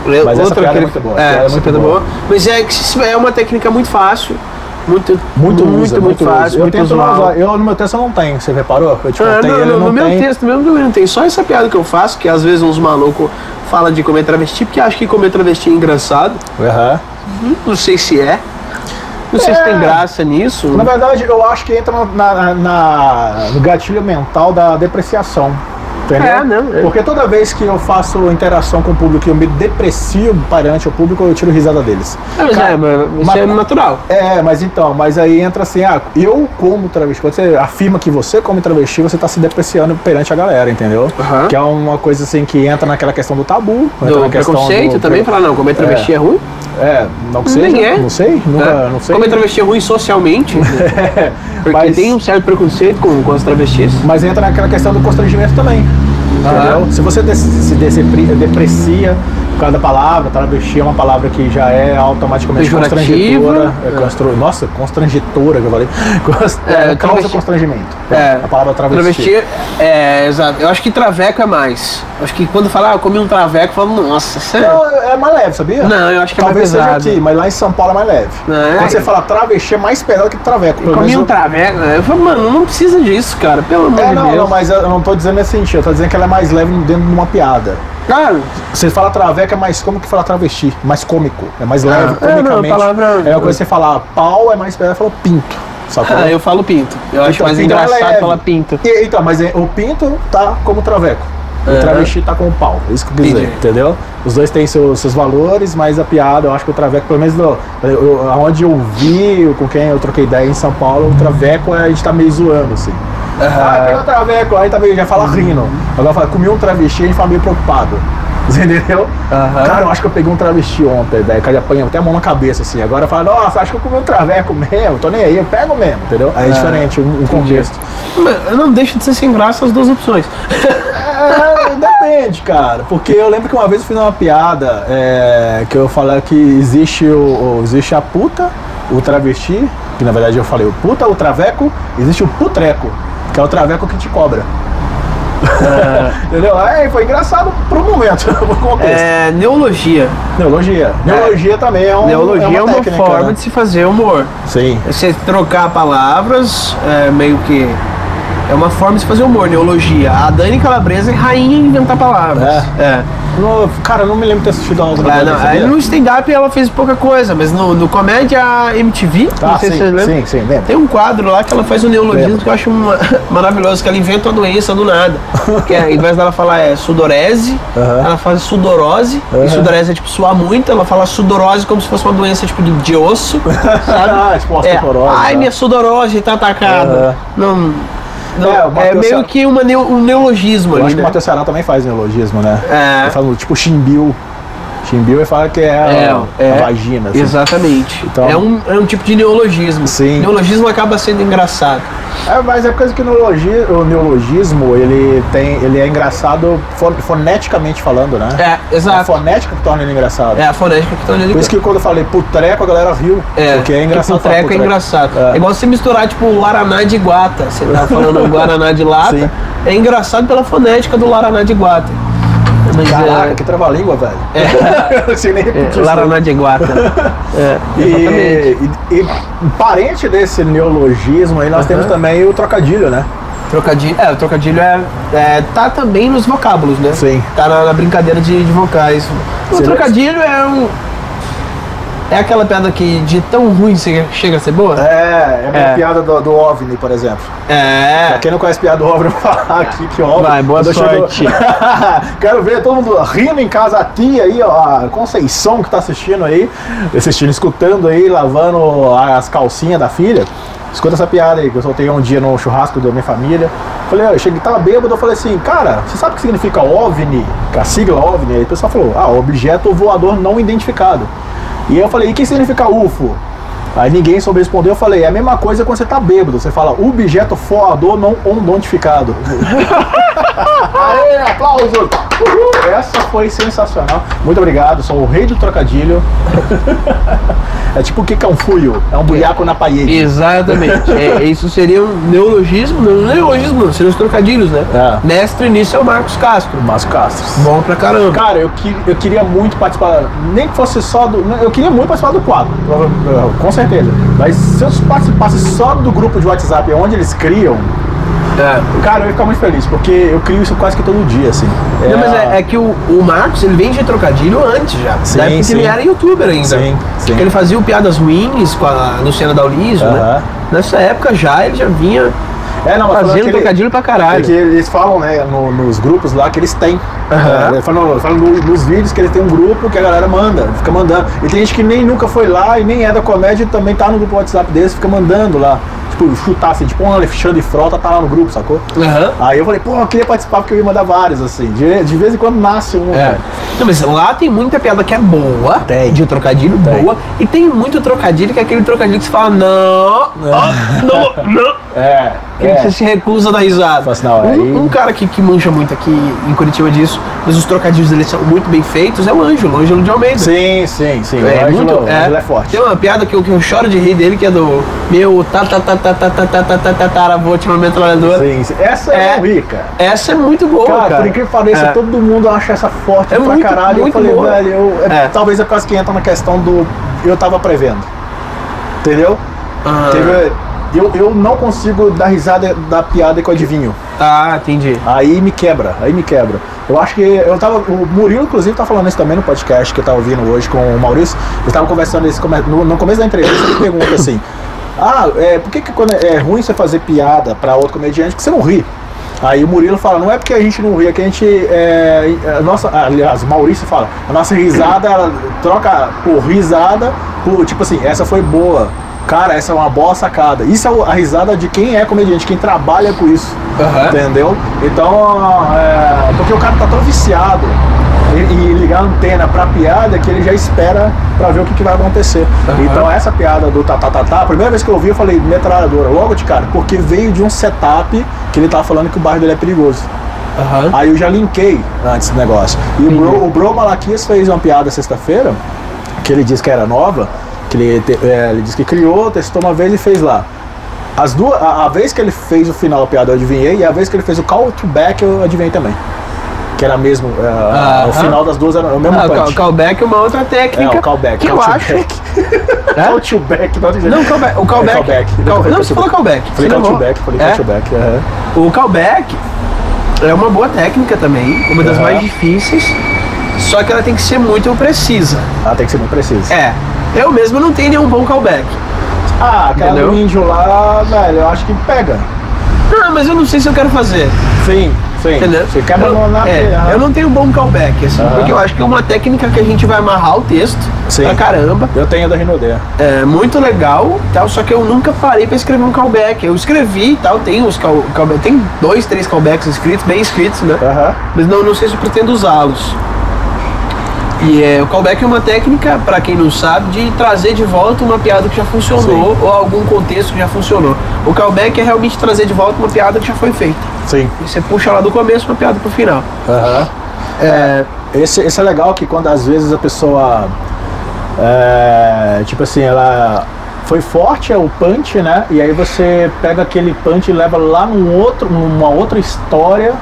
S2: Le-
S1: Mas essa piada
S2: que
S1: é
S2: ele-
S1: muito boa,
S2: É,
S1: piada é
S2: essa
S1: muito
S2: piada é
S1: boa.
S2: boa. Mas é, que isso é uma técnica muito fácil. Muito,
S1: Muito, usa, muito,
S2: fácil,
S1: usa. Eu
S2: muito
S1: tento não
S2: usual.
S1: usar. Eu no meu texto eu não tenho, você reparou? Eu te
S2: Ah,
S1: contei,
S2: não,
S1: ele
S2: não,
S1: não
S2: no meu
S1: tem.
S2: texto mesmo também não tem. Só essa piada que eu faço, que às vezes uns malucos falam de comer travesti, porque acham que comer travesti é engraçado.
S1: Aham.
S2: Não sei se é. Não sei se
S1: É.
S2: tem graça nisso.
S1: Na verdade, eu acho que entra na, na- na- no gatilho mental da depreciação. Entendeu?
S2: É, não, é.
S1: Porque toda vez que eu faço interação com o público e eu me deprecio perante o público, eu tiro risada deles.
S2: Ah, mas
S1: Cara,
S2: é, mas isso
S1: mas-
S2: é natural.
S1: É, mas então, mas aí entra assim, ah, eu como travesti. Quando você afirma que você come travesti, você tá se depreciando perante a galera, entendeu?
S2: Aham.
S1: Que é uma coisa assim que entra naquela questão do tabu, entra
S2: Do
S1: na questão
S2: preconceito
S1: do-
S2: também, falar, não, comer travesti é, ruim.
S1: É, não que
S2: Nem
S1: seja,
S2: é.
S1: não sei, nunca,
S2: né?
S1: não sei.
S2: Comer travesti é
S1: *laughs*
S2: ruim socialmente, né? porque
S1: mas,
S2: tem um certo preconceito com, com as travestis.
S1: mas entra naquela questão do constrangimento também.
S2: Aham.
S1: Entendeu? Se você des- se decepri- deprecia por causa da palavra, travesti é uma palavra que já é automaticamente
S2: Pejorativa.
S1: constrangedora. É,
S2: É.
S1: constro- Nossa, constrangedora que eu falei. *laughs* Const-
S2: É,
S1: é, causa
S2: travesti-
S1: constrangimento.
S2: É.
S1: A palavra travesti.
S2: Travesti, é, exato. Eu acho que traveco é mais. Acho que quando fala, ah, eu comi um traveco, eu falo, nossa, isso é.
S1: Não, é mais leve, sabia?
S2: Não, eu acho que é mais
S1: Talvez seja
S2: pesado.
S1: aqui, mas lá em São Paulo é mais leve.
S2: É.
S1: Quando você fala travesti, é mais pesado que traveco. pelo menos
S2: Comi um
S1: eu-
S2: traveco. né? Eu falo, mano, não precisa disso, cara. Pelo amor
S1: É,
S2: de
S1: não, não,
S2: Deus.
S1: mas eu não tô dizendo nesse sentido, eu tô dizendo que ela é mais leve dentro de uma piada.
S2: Claro,
S1: Você fala traveca é mais como que falar travesti, mais cômico, é mais leve,
S2: Ah, é, não,
S1: comicamente.
S2: a palavra-
S1: É uma coisa que você falar pau, é mais pesado, fala pinto, sacou?
S2: ah, eu falo pinto. Eu acho
S1: Então,
S2: mais
S1: pinto é
S2: engraçado
S1: leve.
S2: falar pinto.
S1: E- então, mas é, o pinto tá como traveco. E
S2: Aham.
S1: o travesti tá com o pau, isso que eu quis dizer,
S2: Entendi.
S1: entendeu? Os dois têm seus, seus valores, mas a piada, eu acho que o traveco, pelo menos no, eu, eu- aonde eu vi, com quem eu troquei ideia em São Paulo, o traveco é, a gente tá meio zoando, assim. Ah, pegou o traveco, aí tá meio, já fala rindo. Agora fala, comi um travesti, ele fala meio preocupado. *laughs* Entendeu?
S2: Aham.
S1: Cara, eu acho que eu peguei um travesti ontem, velho. Cara, apanhou até a mão na cabeça, assim. Agora fala, nossa, acho que eu comi um traveco mesmo, tô nem aí, eu pego mesmo, entendeu? Aí é diferente o, o contexto.
S2: Mas Não deixa de ser sem graça as duas opções.
S1: É, depende, cara. Porque eu lembro que uma vez eu fiz uma piada é, que eu falei que existe, o, o- existe a puta, o travesti, que na verdade eu falei o puta, o traveco, existe o putreco, que é o traveco que te cobra. *laughs* Entendeu? Aí foi engraçado pro momento, *laughs* pro contexto.
S2: É, neologia.
S1: Neologia. Neologia também é, um,
S2: Neologia é uma,
S1: técnica,
S2: forma
S1: né?
S2: de se fazer humor.
S1: Sim.
S2: É Você trocar palavras, é, meio que. É uma forma de se fazer humor, neologia. A Dani Calabresa é rainha em inventar palavras.
S1: É.
S2: é.
S1: No- cara, eu não me lembro de ter assistido algo
S2: Ah,
S1: dela,
S2: não,
S1: sabia?
S2: aí no stand-up ela fez pouca coisa, mas no, no comédia MTV,
S1: Ah,
S2: não sei se vocês
S1: sim,
S2: lembram.
S1: sim, sim, né? lembro.
S2: Tem um quadro lá que ela faz um neologismo
S1: Lembro.
S2: que eu acho uma- *laughs* maravilhoso, que ela inventa uma doença do
S1: *laughs*
S2: nada. Que é, ao invés dela falar é sudorese,
S1: Aham.
S2: ela faz sudorose, e
S1: Aham.
S2: sudorese é tipo suar muito, ela fala sudorose como se fosse uma doença tipo de,
S1: *laughs*
S2: de osso. sabe?
S1: Ah, tipo
S2: É,
S1: osteoporose,
S2: Ai,
S1: né?
S2: minha sudorose tá atacada.
S1: Aham.
S2: Não, não-
S1: É, o
S2: é,
S1: Matheus
S2: meio
S1: Sa-
S2: que uma neo- um neologismo
S1: Eu
S2: ali.
S1: acho que o
S2: né?
S1: Matheus Ceará também faz neologismo, né?
S2: É.
S1: Ele faz um tipo chimbil. Team Building fala que é, a, a vagina. assim.
S2: Exatamente.
S1: Então-
S2: é, um, é um tipo de neologismo.
S1: Sim.
S2: Neologismo acaba sendo engraçado.
S1: É, mas é coisa que o neologi- o neologismo, ele, tem, ele é engraçado fon- foneticamente falando, né?
S2: É,
S1: A
S2: exato.
S1: fonética que torna ele engraçado.
S2: É a fonética que tá olhando
S1: Por isso que quando eu falei putreco, a galera riu. Porque é engraçado
S2: Tipo, treco é
S1: putreco.
S2: engraçado.
S1: É.
S2: É igual você misturar, tipo, Laraná de Guata. Você
S1: *laughs*
S2: tá falando Guaraná de Lata.
S1: Sim.
S2: É engraçado pela fonética do Laraná de Guata. Mas,
S1: Caraca,
S2: é,
S1: que trava-língua, velho. *laughs* eu não sei nem repetir
S2: é,
S1: isso.
S2: Laraná de
S1: *laughs*
S2: Guata. É,
S1: E,
S2: exatamente.
S1: e- e parente desse neologismo aí, nós
S2: Aham.
S1: temos também o trocadilho, né?
S2: Trocadilho, é, o trocadilho é, é, tá também nos vocábulos, né?
S1: Sim.
S2: Tá na, na brincadeira de, de vocais. O
S1: Você-
S2: trocadilho é um. É aquela piada que de tão ruim chega, chega a ser boa?
S1: É, é uma
S2: É.
S1: piada do, do OVNI, por exemplo.
S2: É.
S1: Quem não conhece piada do OVNI, eu vou falar aqui que OVNI...
S2: Vai, boa
S1: Quando eu chego-
S2: sorte.
S1: *laughs* Quero ver todo mundo rindo em casa, a tia aí, ó, a Conceição que tá assistindo aí, assistindo, escutando aí, lavando as calcinhas da filha. Escuta essa piada aí, que eu soltei um dia no churrasco da minha família. Falei, ó, eu cheguei, tava bêbado, eu falei assim, cara, você sabe o que significa OVNI? Que A sigla OVNI? Aí o pessoal falou, ah, objeto voador não identificado. E eu falei, e o que significa UFO? Aí ninguém soube responder, eu falei, é a mesma coisa quando você tá bêbado, você fala objeto voador não ondotificado. Aê, aplausos! Uhul, Essa foi sensacional. Muito obrigado, sou o rei do trocadilho. *laughs* é tipo o que que é um fuio? É um buiaco na parede. *laughs*
S2: Exatamente. É, isso seria um neologismo, não é neologismo, não, seriam os trocadilhos, né?
S1: É.
S2: Mestre nisso é o Marcos Castro.
S1: Mas Castro.
S2: Bom pra caramba.
S1: Cara, eu, que- eu queria muito participar, nem que fosse só do. Eu queria muito participar do quadro, prova- com certeza. Mas se eu participasse só do grupo de WhatsApp onde eles criam,
S2: É.
S1: cara, eu ia ficar muito feliz, porque eu crio isso quase que todo dia, assim.
S2: Não, mas é, é que o, o Marcos, ele vem de trocadilho antes já.
S1: Sim,
S2: da época que
S1: sim.
S2: ele era youtuber ainda.
S1: Sim, sim.
S2: Porque ele fazia o Piadas Ruins com a Luciana Daulizo,
S1: Aham.
S2: né? Nessa época já ele já vinha
S1: É, não, mas falando
S2: fazendo
S1: que ele-
S2: trocadilho pra
S1: É
S2: caralho.
S1: que eles falam, né, no- nos grupos lá que eles têm.
S2: Aham.
S1: É, falam falam no- nos vídeos que eles têm um grupo que a galera manda, fica mandando. E tem gente que nem nunca foi lá e nem é da comédia e também tá no grupo WhatsApp deles, fica mandando lá. Tipo, chutar assim, tipo, um Alexandre Frota tá lá no grupo, sacou?
S2: Aham.
S1: Aí eu falei, pô, eu queria participar porque eu ia mandar vários, assim. De, de vez em quando nasce um.
S2: É.
S1: cara.
S2: Não, mas lá tem muita piada que é boa,
S1: Tem.
S2: de trocadilho
S1: Tem.
S2: boa, e tem muito trocadilho que é aquele trocadilho que você fala, não, ah, não, não,
S1: É.
S2: que
S1: é.
S2: você se recusa a dar risada.
S1: Fala assim, não,
S2: um,
S1: aí-
S2: um cara que, que mancha muito aqui em Curitiba disso, mas os trocadilhos dele são muito bem feitos, é o Ângelo, o Ângelo de Almeida.
S1: Sim, sim, sim. o
S2: É,
S1: Ângelo,
S2: muito,
S1: o Ângelo é forte.
S2: Tem uma piada que eu, que eu choro de rir dele, que é do meu tá, tatatatatatatatataravô, tinha uma metralhadora.
S1: Sim, sim. Essa é,
S2: É.
S1: rica.
S2: Essa é muito boa,
S1: Cara,
S2: cara.
S1: por incrível que pareça,
S2: É.
S1: todo mundo acha essa forte
S2: É
S1: pra
S2: muito-
S1: caralho.
S2: muito
S1: eu falei,
S2: boa.
S1: velho, eu- é-
S2: É.
S1: talvez é por causa que entra na questão do eu tava prevendo. Entendeu?
S2: Ah,
S1: Teve- eu, eu não consigo dar risada da piada que eu adivinho.
S2: tá, entendi.
S1: Aí me quebra, aí me quebra. Eu acho que eu tava. O Murilo, inclusive, tá falando isso também no podcast que eu tava ouvindo hoje com o Maurício. Eles estavam conversando isso come- no, no começo da entrevista. Ele pergunta assim: Ah, é, por que, que quando é é ruim você fazer piada pra outro comediante que você não ri? Aí o Murilo fala: Não é porque a gente não ri, é que a gente. É, a nossa, aliás, o Maurício fala: A nossa risada ela troca por risada, por tipo assim, essa foi boa. Cara, essa é uma boa sacada. Isso é o- a risada de quem é comediante, quem trabalha com isso.
S2: Aham.
S1: Entendeu? Então, é, porque o cara tá tão viciado em, em ligar a antena pra piada que ele já espera pra ver o que, que vai acontecer.
S2: Aham.
S1: Então, essa piada do tatatatá, a primeira vez que eu ouvi, eu falei metralhadora, logo de cara, porque veio de um setup que ele tava falando que o bairro dele é perigoso.
S2: Aham.
S1: Aí eu já linkei antes do negócio. E o Bro, o Bro Malaquias fez uma piada sexta-feira, que ele disse que era nova, que ele, te- é, ele disse que criou, testou uma vez e fez lá. As duas, a, a vez que ele fez o final da piada eu adivinhei, e a vez que ele fez o call to back eu adivinhei também. Que era mesmo, é,
S2: Aham.
S1: o final das duas era o mesmo
S2: Ah,
S1: punch.
S2: o callback é uma outra técnica.
S1: É, o callback,
S2: Que eu
S1: call to
S2: acho.
S1: back. *laughs*
S2: Hã?
S1: Call to back, não adivinhei.
S2: Não, callback, o callback.
S1: É, callback.
S2: Call-
S1: Falei
S2: não, você falou callback.
S1: Falei
S2: Você
S1: call to
S2: levou.
S1: back, falei
S2: É,
S1: call to back. aham.
S2: O callback é uma boa técnica também, uma das
S1: Aham.
S2: mais difíceis. Só que ela tem que ser muito precisa.
S1: Ah, tem que ser muito preciso.
S2: É. Eu mesmo não tenho nenhum bom callback.
S1: Ah, aquela do
S2: Entendeu?
S1: índio lá, velho, eu acho que pega.
S2: Ah, mas eu não sei se eu quero fazer.
S1: Sim, sim.
S2: Entendeu?
S1: Você quebra
S2: eu,
S1: no- na
S2: é,
S1: na-
S2: eu não tenho bom callback, assim,
S1: Aham.
S2: porque eu acho que é uma técnica que a gente vai amarrar o texto
S1: Sim.
S2: pra caramba.
S1: Eu tenho da Rinodé.
S2: É muito legal, tal, só que eu nunca parei pra escrever um callback. Eu escrevi e tal, tem uns call, callback, tem dois,
S1: Tá.
S2: três callbacks escritos, bem escritos, né?
S1: Aham.
S2: Mas não, não sei se eu pretendo usá-los. E é, o callback é uma técnica, para quem não sabe, de trazer de volta uma piada que já funcionou ou algum contexto que já funcionou. O callback é realmente trazer de volta uma piada que já foi feita.
S1: Sim.
S2: E Você puxa lá do começo uma piada pro final.
S1: Aham.
S2: É,
S1: Esse, esse é legal que quando às vezes a pessoa. é, tipo assim, ela foi forte, é o punch, né? E aí você pega aquele punch e leva lá num outro, numa outra história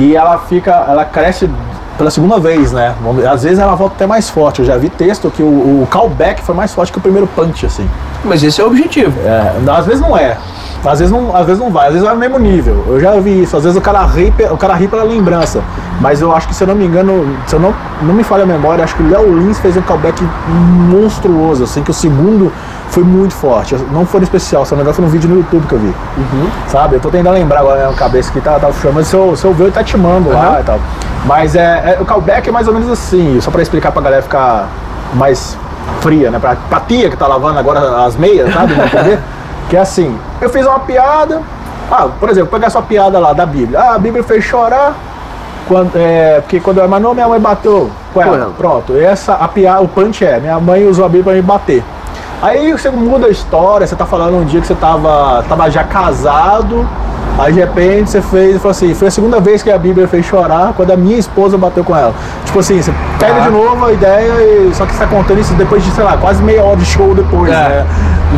S1: e ela fica. Ela cresce pela segunda vez, né? Vamos- Às vezes ela volta até mais forte. Eu já vi texto que o, o callback foi mais forte que o primeiro punch, assim.
S2: mas esse é o objetivo.
S1: É, não, às vezes não é. Às vezes não, às vezes não vai, às vezes vai no mesmo nível. Eu já vi isso, às vezes o cara ri, pe- o cara ri pela lembrança. Mas eu acho que se eu não me engano, se eu não, não me falha a memória, acho que o Léo Lins fez um callback monstruoso, assim, que o segundo foi muito forte. Não foi no especial, se eu não me engano, foi num vídeo no YouTube que eu vi. Sabe? Eu tô tentando lembrar agora na minha cabeça que tá, tá chamando, se eu, se eu ver, ele tá te mando lá
S2: Aham.
S1: e tal. Mas é, é- o callback é mais ou menos assim, só pra explicar pra galera ficar mais fria, né? Pra, pra tia que tá lavando agora as meias, sabe? Não entender? que é assim, eu fiz uma piada, ah, por exemplo, pegar sua piada lá da Bíblia. Ah, a Bíblia fez chorar, quando, é, porque quando eu era mais novo, minha mãe bateu com ela.
S2: Com ela.
S1: Pronto, essa, a piada, o punch é, minha mãe usou a Bíblia pra me bater. Aí você muda a história, você tá falando um dia que você tava, tava já casado, aí de repente você fez, falou assim, foi a segunda vez que a Bíblia fez chorar quando a minha esposa bateu com ela. Tipo assim, você pega
S2: Ah.
S1: de novo a ideia, e, só que você tá contando isso depois de, sei lá, quase meia hora de show depois,
S2: É.
S1: né?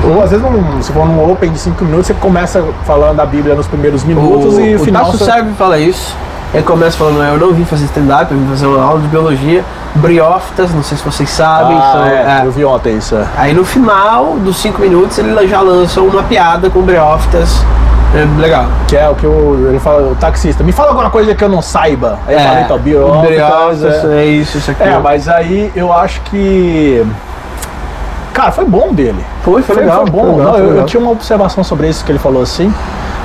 S1: Ou às vezes, num, se for num open de cinco minutos, você começa falando da Bíblia nos primeiros minutos e
S2: o,
S1: o final...
S2: Tasso
S1: você-
S2: Serve fala isso. Ele começa falando, "É, eu não vim fazer stand-up, eu vim fazer uma aula de biologia. Briófitas, não sei se vocês sabem. são-
S1: Ah,
S2: é.
S1: é, eu vi ontem isso, é.
S2: Aí no final dos 5 minutos ele já lança uma piada com briófitas. É legal.
S1: Que é o que o, ele fala, o taxista, me fala alguma coisa que eu não saiba. Aí eu falei, então, biófitas,
S2: briófitas,
S1: é.
S2: é um isso, isso aqui.
S1: É, mas aí eu acho que. Cara, foi bom dele.
S2: Foi,
S1: Foi, foi bom. Não, eu, eu tinha uma observação sobre isso que ele falou assim.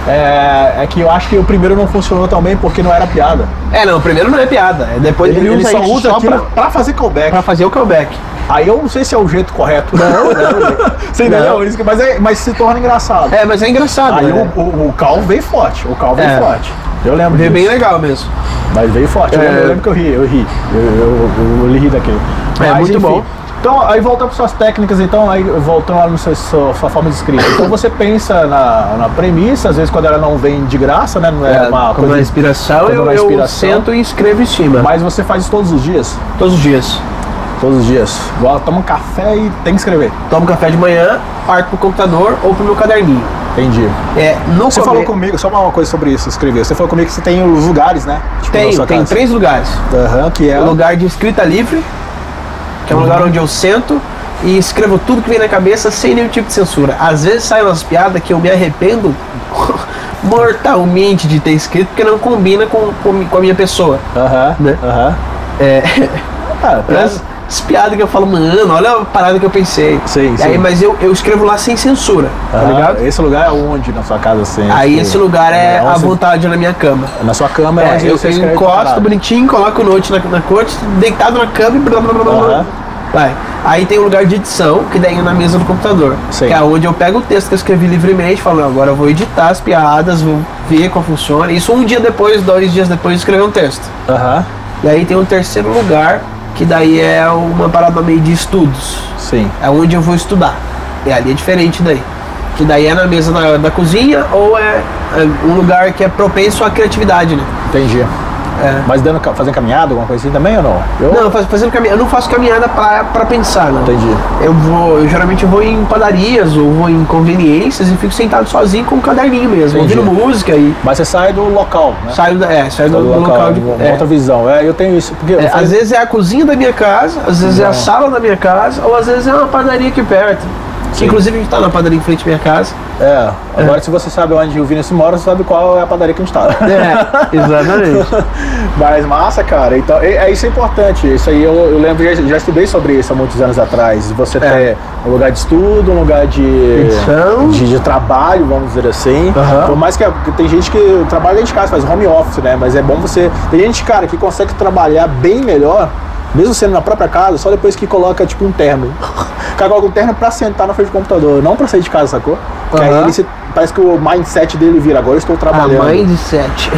S1: É, é que eu acho que o primeiro não funcionou também porque não era piada.
S2: É, não, o primeiro não é piada. É depois
S1: Ele, ele só
S2: isso
S1: usa
S2: só
S1: aquilo
S2: pra,
S1: pra fazer callback.
S2: pra fazer o callback.
S1: Aí eu não sei se é o jeito correto. *laughs* Não, não. Você entendeu?
S2: Não.
S1: Isso que- Mas, é- mas se torna engraçado.
S2: É, mas é engraçado.
S1: Aí
S2: né?
S1: o, o, o Cal veio forte. O Cal veio
S2: É.
S1: forte. Eu lembro.
S2: É
S1: disso.
S2: bem legal mesmo.
S1: Mas veio forte. Eu,
S2: É.
S1: lembro, eu lembro que eu ri, eu ri. Eu, eu, eu, eu ri daquele.
S2: É, muito bom.
S1: Então, aí voltando para suas técnicas, então, aí voltando lá na sua, sua, sua forma de escrita.
S2: *coughs*
S1: Então você pensa na, na premissa, às vezes quando ela não vem de graça, né? Não é, uma
S2: como uma
S1: coisa.
S2: inspiração,
S1: como
S2: eu,
S1: uma
S2: eu
S1: inspiração.
S2: sento e escrevo em cima.
S1: Mas você faz isso todos os dias?
S2: Todos os dias.
S1: Todos os dias. Igual toma um café e tem que escrever.
S2: Tomo um café de manhã, parto pro computador ou pro meu caderninho.
S1: Entendi.
S2: É, no
S1: Você
S2: come-
S1: falou comigo, só uma coisa sobre isso, escrever. Você falou comigo que você tem os lugares, né? Tipo, na
S2: Tem,
S1: sua
S2: tem
S1: casa.
S2: três lugares.
S1: Aham, que é.
S2: É o lugar de escrita livre, que é um
S1: Uhum.
S2: lugar onde eu sento e escrevo tudo que vem na cabeça sem nenhum tipo de censura. Às vezes saem umas piadas que eu me arrependo *laughs* mortalmente de ter escrito, porque não combina com, com, com a minha pessoa.
S1: Aham.
S2: Né?
S1: Aham.
S2: É, *laughs*
S1: Ah,
S2: as, as piadas que eu falo, mano, olha a parada que eu pensei.
S1: Sim,
S2: E aí,
S1: sim.
S2: mas eu, eu escrevo lá sem censura, tá
S1: Aham.
S2: ligado?
S1: Esse lugar é onde na sua casa assim?
S2: Aí
S1: tipo,
S2: esse lugar é à
S1: onde você-
S2: vontade na minha cama.
S1: Na sua cama é,
S2: É,
S1: onde
S2: eu,
S1: você
S2: eu
S1: escreve
S2: encosto
S1: parado.
S2: bonitinho, coloco o note na, na corte, deitado na cama e blá blá blá blá. blá.
S1: Aham.
S2: Vai. Aí tem o lugar de edição, que daí é na mesa do computador.
S1: Sim.
S2: Que é onde eu pego o texto que eu escrevi livremente, falo, "Não, agora eu vou editar as piadas, vou ver como funciona. Isso um dia depois, dois dias depois de escrever um texto.
S1: Aham,
S2: E aí tem um terceiro lugar, que daí é uma parada meio de estudos.
S1: sim.
S2: É onde eu vou estudar. E ali é diferente daí. Que daí é na mesa da, da cozinha ou é, é um lugar que é propenso à criatividade, né?
S1: Entendi.
S2: É.
S1: Mas dando, ca- fazendo caminhada, alguma coisa assim também ou não? Eu
S2: Não, faz- fazendo caminhada, eu não faço caminhada pra, pra pensar, não.
S1: entendi.
S2: Eu vou, eu geralmente vou em padarias ou vou em conveniências e fico sentado sozinho com o caderninho mesmo,
S1: Entendi.
S2: ouvindo música e
S1: Mas você sai do local, né?
S2: saio, da, é, saio do,
S1: do
S2: do local, de.
S1: uma
S2: é.
S1: outra visão. É, eu tenho isso. Porque eu
S2: É,
S1: fazia-
S2: às vezes é a cozinha da minha casa, às vezes é a sala da minha casa, ou às vezes é uma padaria aqui perto. Que, Inclusive a gente tá na padaria em frente à minha casa.
S1: é, agora se você sabe onde o Vinícius mora, você sabe qual é a padaria que a gente tá.
S2: *laughs* É, exatamente.
S1: Mas massa, cara. Então, é, é- isso é importante. Isso aí eu, eu lembro, já, já estudei sobre isso há muitos anos atrás.
S2: É.
S1: Você ter um lugar de estudo, um lugar de,
S2: Edição.
S1: de, de trabalho, vamos dizer assim.
S2: Aham.
S1: Por mais que que tem gente que trabalha dentro de casa, faz home office, né? Mas é bom você. Tem gente, cara, que consegue trabalhar bem melhor. Mesmo sendo na própria casa, só depois que *laughs* coloca tipo um termo. ficar com algum terno pra sentar na frente do computador, não pra sair de casa, sacou? Porque aí
S2: Aham.
S1: ele se- parece que o mindset dele vira, agora eu estou
S2: Ah,
S1: trabalhando. *laughs*
S2: mãe de sete.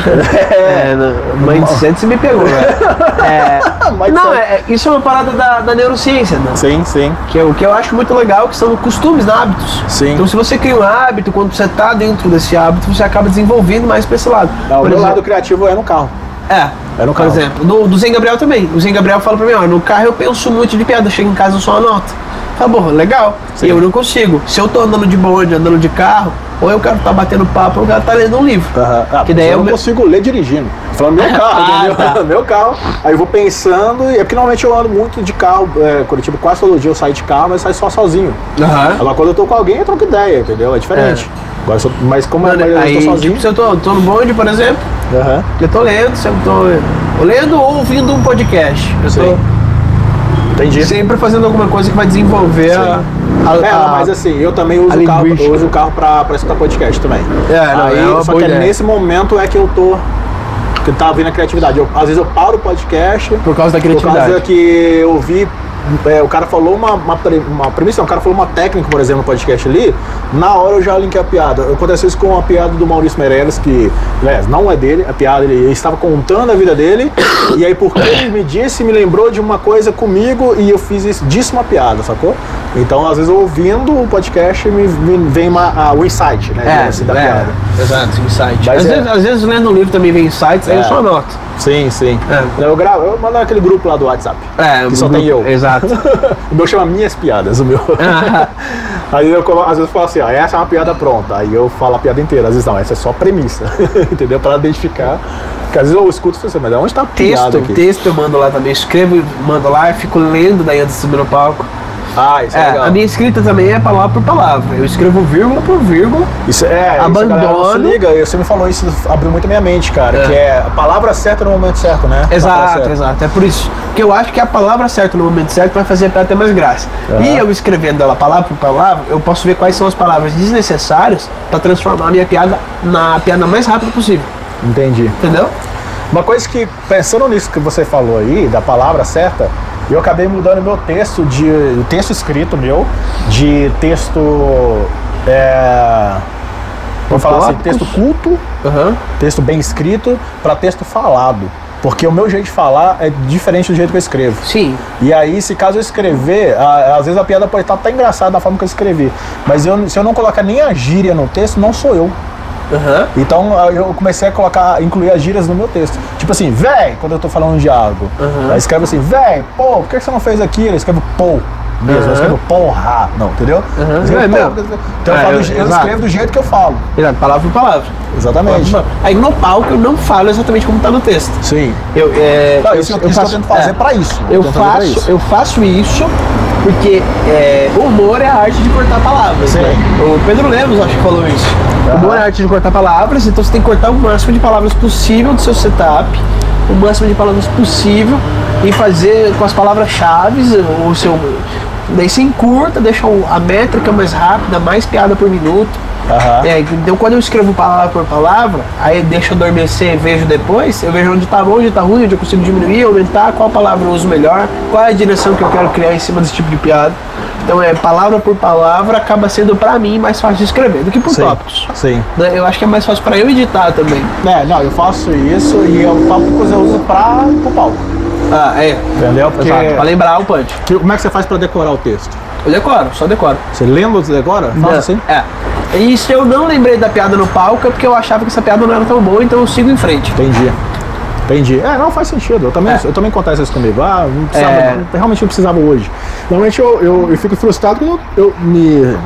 S2: É, não, mãe de sete você me pegou, velho. *laughs* É,
S1: Mãe de
S2: não,
S1: sete.
S2: é, é- isso é uma parada da, da neurociência, né?
S1: Sim, sim.
S2: Que é o que eu acho muito legal, que são costumes, né, hábitos.
S1: Sim.
S2: Então se você cria um hábito, quando você tá dentro desse hábito, você acaba desenvolvendo mais pra esse lado.
S1: Ah, o
S2: Por
S1: meu
S2: exemplo-
S1: lado criativo é no carro.
S2: É.
S1: É no
S2: Por
S1: carro.
S2: exemplo, do, do Zen Gabriel também. O Zen Gabriel fala pra mim, ó, no carro eu penso muito de piada, chego em casa eu só anoto. Fala, porra, legal.
S1: Sim.
S2: Eu não consigo. Se eu tô andando de bonde, andando de carro, ou eu quero estar batendo papo, ou eu quero estar lendo um livro.
S1: Aham. Ah,
S2: Que
S1: mas
S2: daí é
S1: eu
S2: o
S1: não
S2: meu-
S1: consigo ler dirigindo. Falando meu carro,
S2: Ah,
S1: entendeu? *laughs*
S2: tá.
S1: meu carro. Aí eu vou pensando, e é porque normalmente eu ando muito de carro, é, Curitiba, quase todo dia eu saio de carro, mas saio só sozinho.
S2: Aham.
S1: Agora quando eu tô com alguém, eu troco ideia, entendeu? É diferente. Agora, eu sou- mas como é, mas eu
S2: Aí,
S1: tô sozinho.
S2: tipo, se eu tô, tô no bonde, por exemplo,
S1: Aham.
S2: eu tô lendo, se eu tô lendo ou ouvindo um podcast. Eu
S1: Sim. Entendi.
S2: tô sempre fazendo alguma coisa que vai desenvolver a, a,
S1: É,
S2: a-
S1: mas assim, eu também uso
S2: a
S1: o carro, eu
S2: linguística.
S1: uso o carro pra, pra escutar podcast também.
S2: É, não,
S1: Aí,
S2: é uma
S1: só
S2: boa
S1: que
S2: ideia.
S1: nesse momento é que eu tô. Que tá vindo a criatividade. Eu- às vezes eu paro o podcast.
S2: Por causa da
S1: Por
S2: criatividade.
S1: causa que eu vi. é, o cara falou uma, uma, pre- uma premissa, o cara falou uma técnica, por exemplo, no podcast ali, na hora eu já linkei a piada. Aconteceu isso com a piada do Maurício Meirelles, que aliás, não é dele, a piada, ele, ele estava contando a vida dele, *coughs* e aí porque ele me disse, me lembrou de uma coisa comigo e eu fiz isso, disse uma piada, sacou? Então, às vezes, ouvindo o podcast, me, me vem uma, a- o insight, né?
S2: É,
S1: digamos assim, da
S2: é.
S1: piada.
S3: Exato, insight.
S1: Mas
S2: Às,
S1: é.
S2: vezes, às vezes lendo um livro também vem insights, aí
S1: É.
S2: eu só anoto.
S1: Sim, sim.
S2: É.
S1: Eu gravo, eu mando naquele grupo lá do WhatsApp.
S2: É,
S1: que só
S2: no
S1: tem eu. *laughs*
S2: grupo- Exato.
S1: o meu chama Minhas Piadas, o meu. *laughs*
S2: Ah.
S1: Aí eu, colo- às vezes eu falo assim, ó, essa é uma piada pronta. Aí eu falo a piada inteira. Às vezes não, essa é só premissa. *laughs* Entendeu? Pra identificar. Porque às vezes eu escuto e falo assim, mas onde tá a piada
S2: texto,
S1: aqui?
S2: texto eu mando lá também, escrevo e mando lá, eu fico lendo daí antes de subir no palco.
S1: Ah, isso é,
S2: É,
S1: legal.
S2: a minha escrita também é palavra por palavra. Eu escrevo vírgula por vírgula.
S1: Isso é, isso,
S2: Abandono.
S1: galera, não se liga, você me falou isso, abriu muito a minha mente, cara.
S2: É.
S1: Que é a palavra certa no momento certo, né? A palavra
S2: Exato,
S1: certa.
S2: exato. É por isso. que eu acho que é a palavra certa no momento certo vai fazer para ter mais graça.
S1: Aham.
S2: E eu escrevendo ela palavra por palavra, eu posso ver quais são as palavras desnecessárias para transformar a minha piada na piada mais rápida possível.
S1: Entendi.
S2: Entendeu?
S1: Uma coisa que, pensando nisso que você falou aí, da palavra certa, eu acabei mudando meu texto de. o texto escrito meu, de texto. É, vamos falar assim,
S2: Tópicos?
S1: texto culto,
S2: Aham.
S1: texto bem escrito, para texto falado. Porque o meu jeito de falar é diferente do jeito que eu escrevo.
S2: Sim.
S1: E aí, se caso eu escrever, a- às vezes a piada pode estar até engraçada da forma que eu escrevi. Mas eu- se eu não colocar nem a gíria no texto, não sou eu.
S2: Aham.
S1: Então aí eu comecei a colocar, incluir as gírias no meu texto. Tipo assim, véi, quando eu tô falando de algo.
S2: Aham.
S1: Aí escreve assim, véi, pô, por que você não fez aquilo? Eu escrevo pô mesmo,
S2: Aham.
S1: eu escrevo porra, não, entendeu?
S2: Aham.
S1: Eu escrevo,
S2: É
S1: "Pô",
S2: mesmo.
S1: Então eu,
S2: É,
S1: falo
S2: eu-
S1: do je- eu
S2: exato.
S1: escrevo do jeito que eu falo.
S2: Exato, palavra por palavra.
S1: Exatamente.
S2: Aí no palco eu não falo exatamente como tá no texto.
S1: Sim.
S2: Eu, é,
S1: Não, isso eu, isso que eu tento fazer
S2: é,
S1: pra isso. né?
S2: eu
S1: tento fazer pra
S2: faço,
S1: isso.
S2: eu faço isso porque é, humor é a arte de cortar palavras.
S1: Sim.
S2: né? O Pedro Lemos acho que falou isso.
S1: Aham.
S2: Humor é a arte de cortar palavras, então você tem que cortar o máximo de palavras possível do seu setup, o máximo de palavras possível e fazer com as palavras-chave o seu. Daí você encurta, deixa o- a métrica mais rápida, mais piada por minuto.
S1: Aham.
S2: É, então quando eu escrevo palavra por palavra, aí deixa eu adormecer e vejo depois, eu vejo onde tá bom, onde tá ruim, onde eu consigo diminuir, aumentar, qual palavra eu uso melhor, qual é a direção que eu quero criar em cima desse tipo de piada. Então é palavra por palavra acaba sendo pra mim mais fácil de escrever do que por
S1: Sim.
S2: tópicos.
S1: Sim.
S2: né? Eu acho que é mais fácil pra eu editar também.
S1: É, não, eu faço isso e é eu, tópicos eu uso pra, pro palco.
S2: Ah, é.
S1: Entendeu? Porque,
S2: Exato. Pra lembrar o punch.
S1: que- como é que você faz pra decorar o texto?
S2: Eu decoro, só decoro.
S1: Você lembra ou você decora? Faz assim?
S2: É. E se eu não lembrei da piada no palco é porque eu achava que essa piada não era tão boa, então eu sigo em frente.
S1: Entendi. Entendi. É, não faz sentido. Eu também,
S2: É.
S1: eu também acontece isso comigo. Ah, não precisava,
S2: É.
S1: não- realmente não precisava hoje. Normalmente eu, eu, eu fico frustrado quando eu, eu me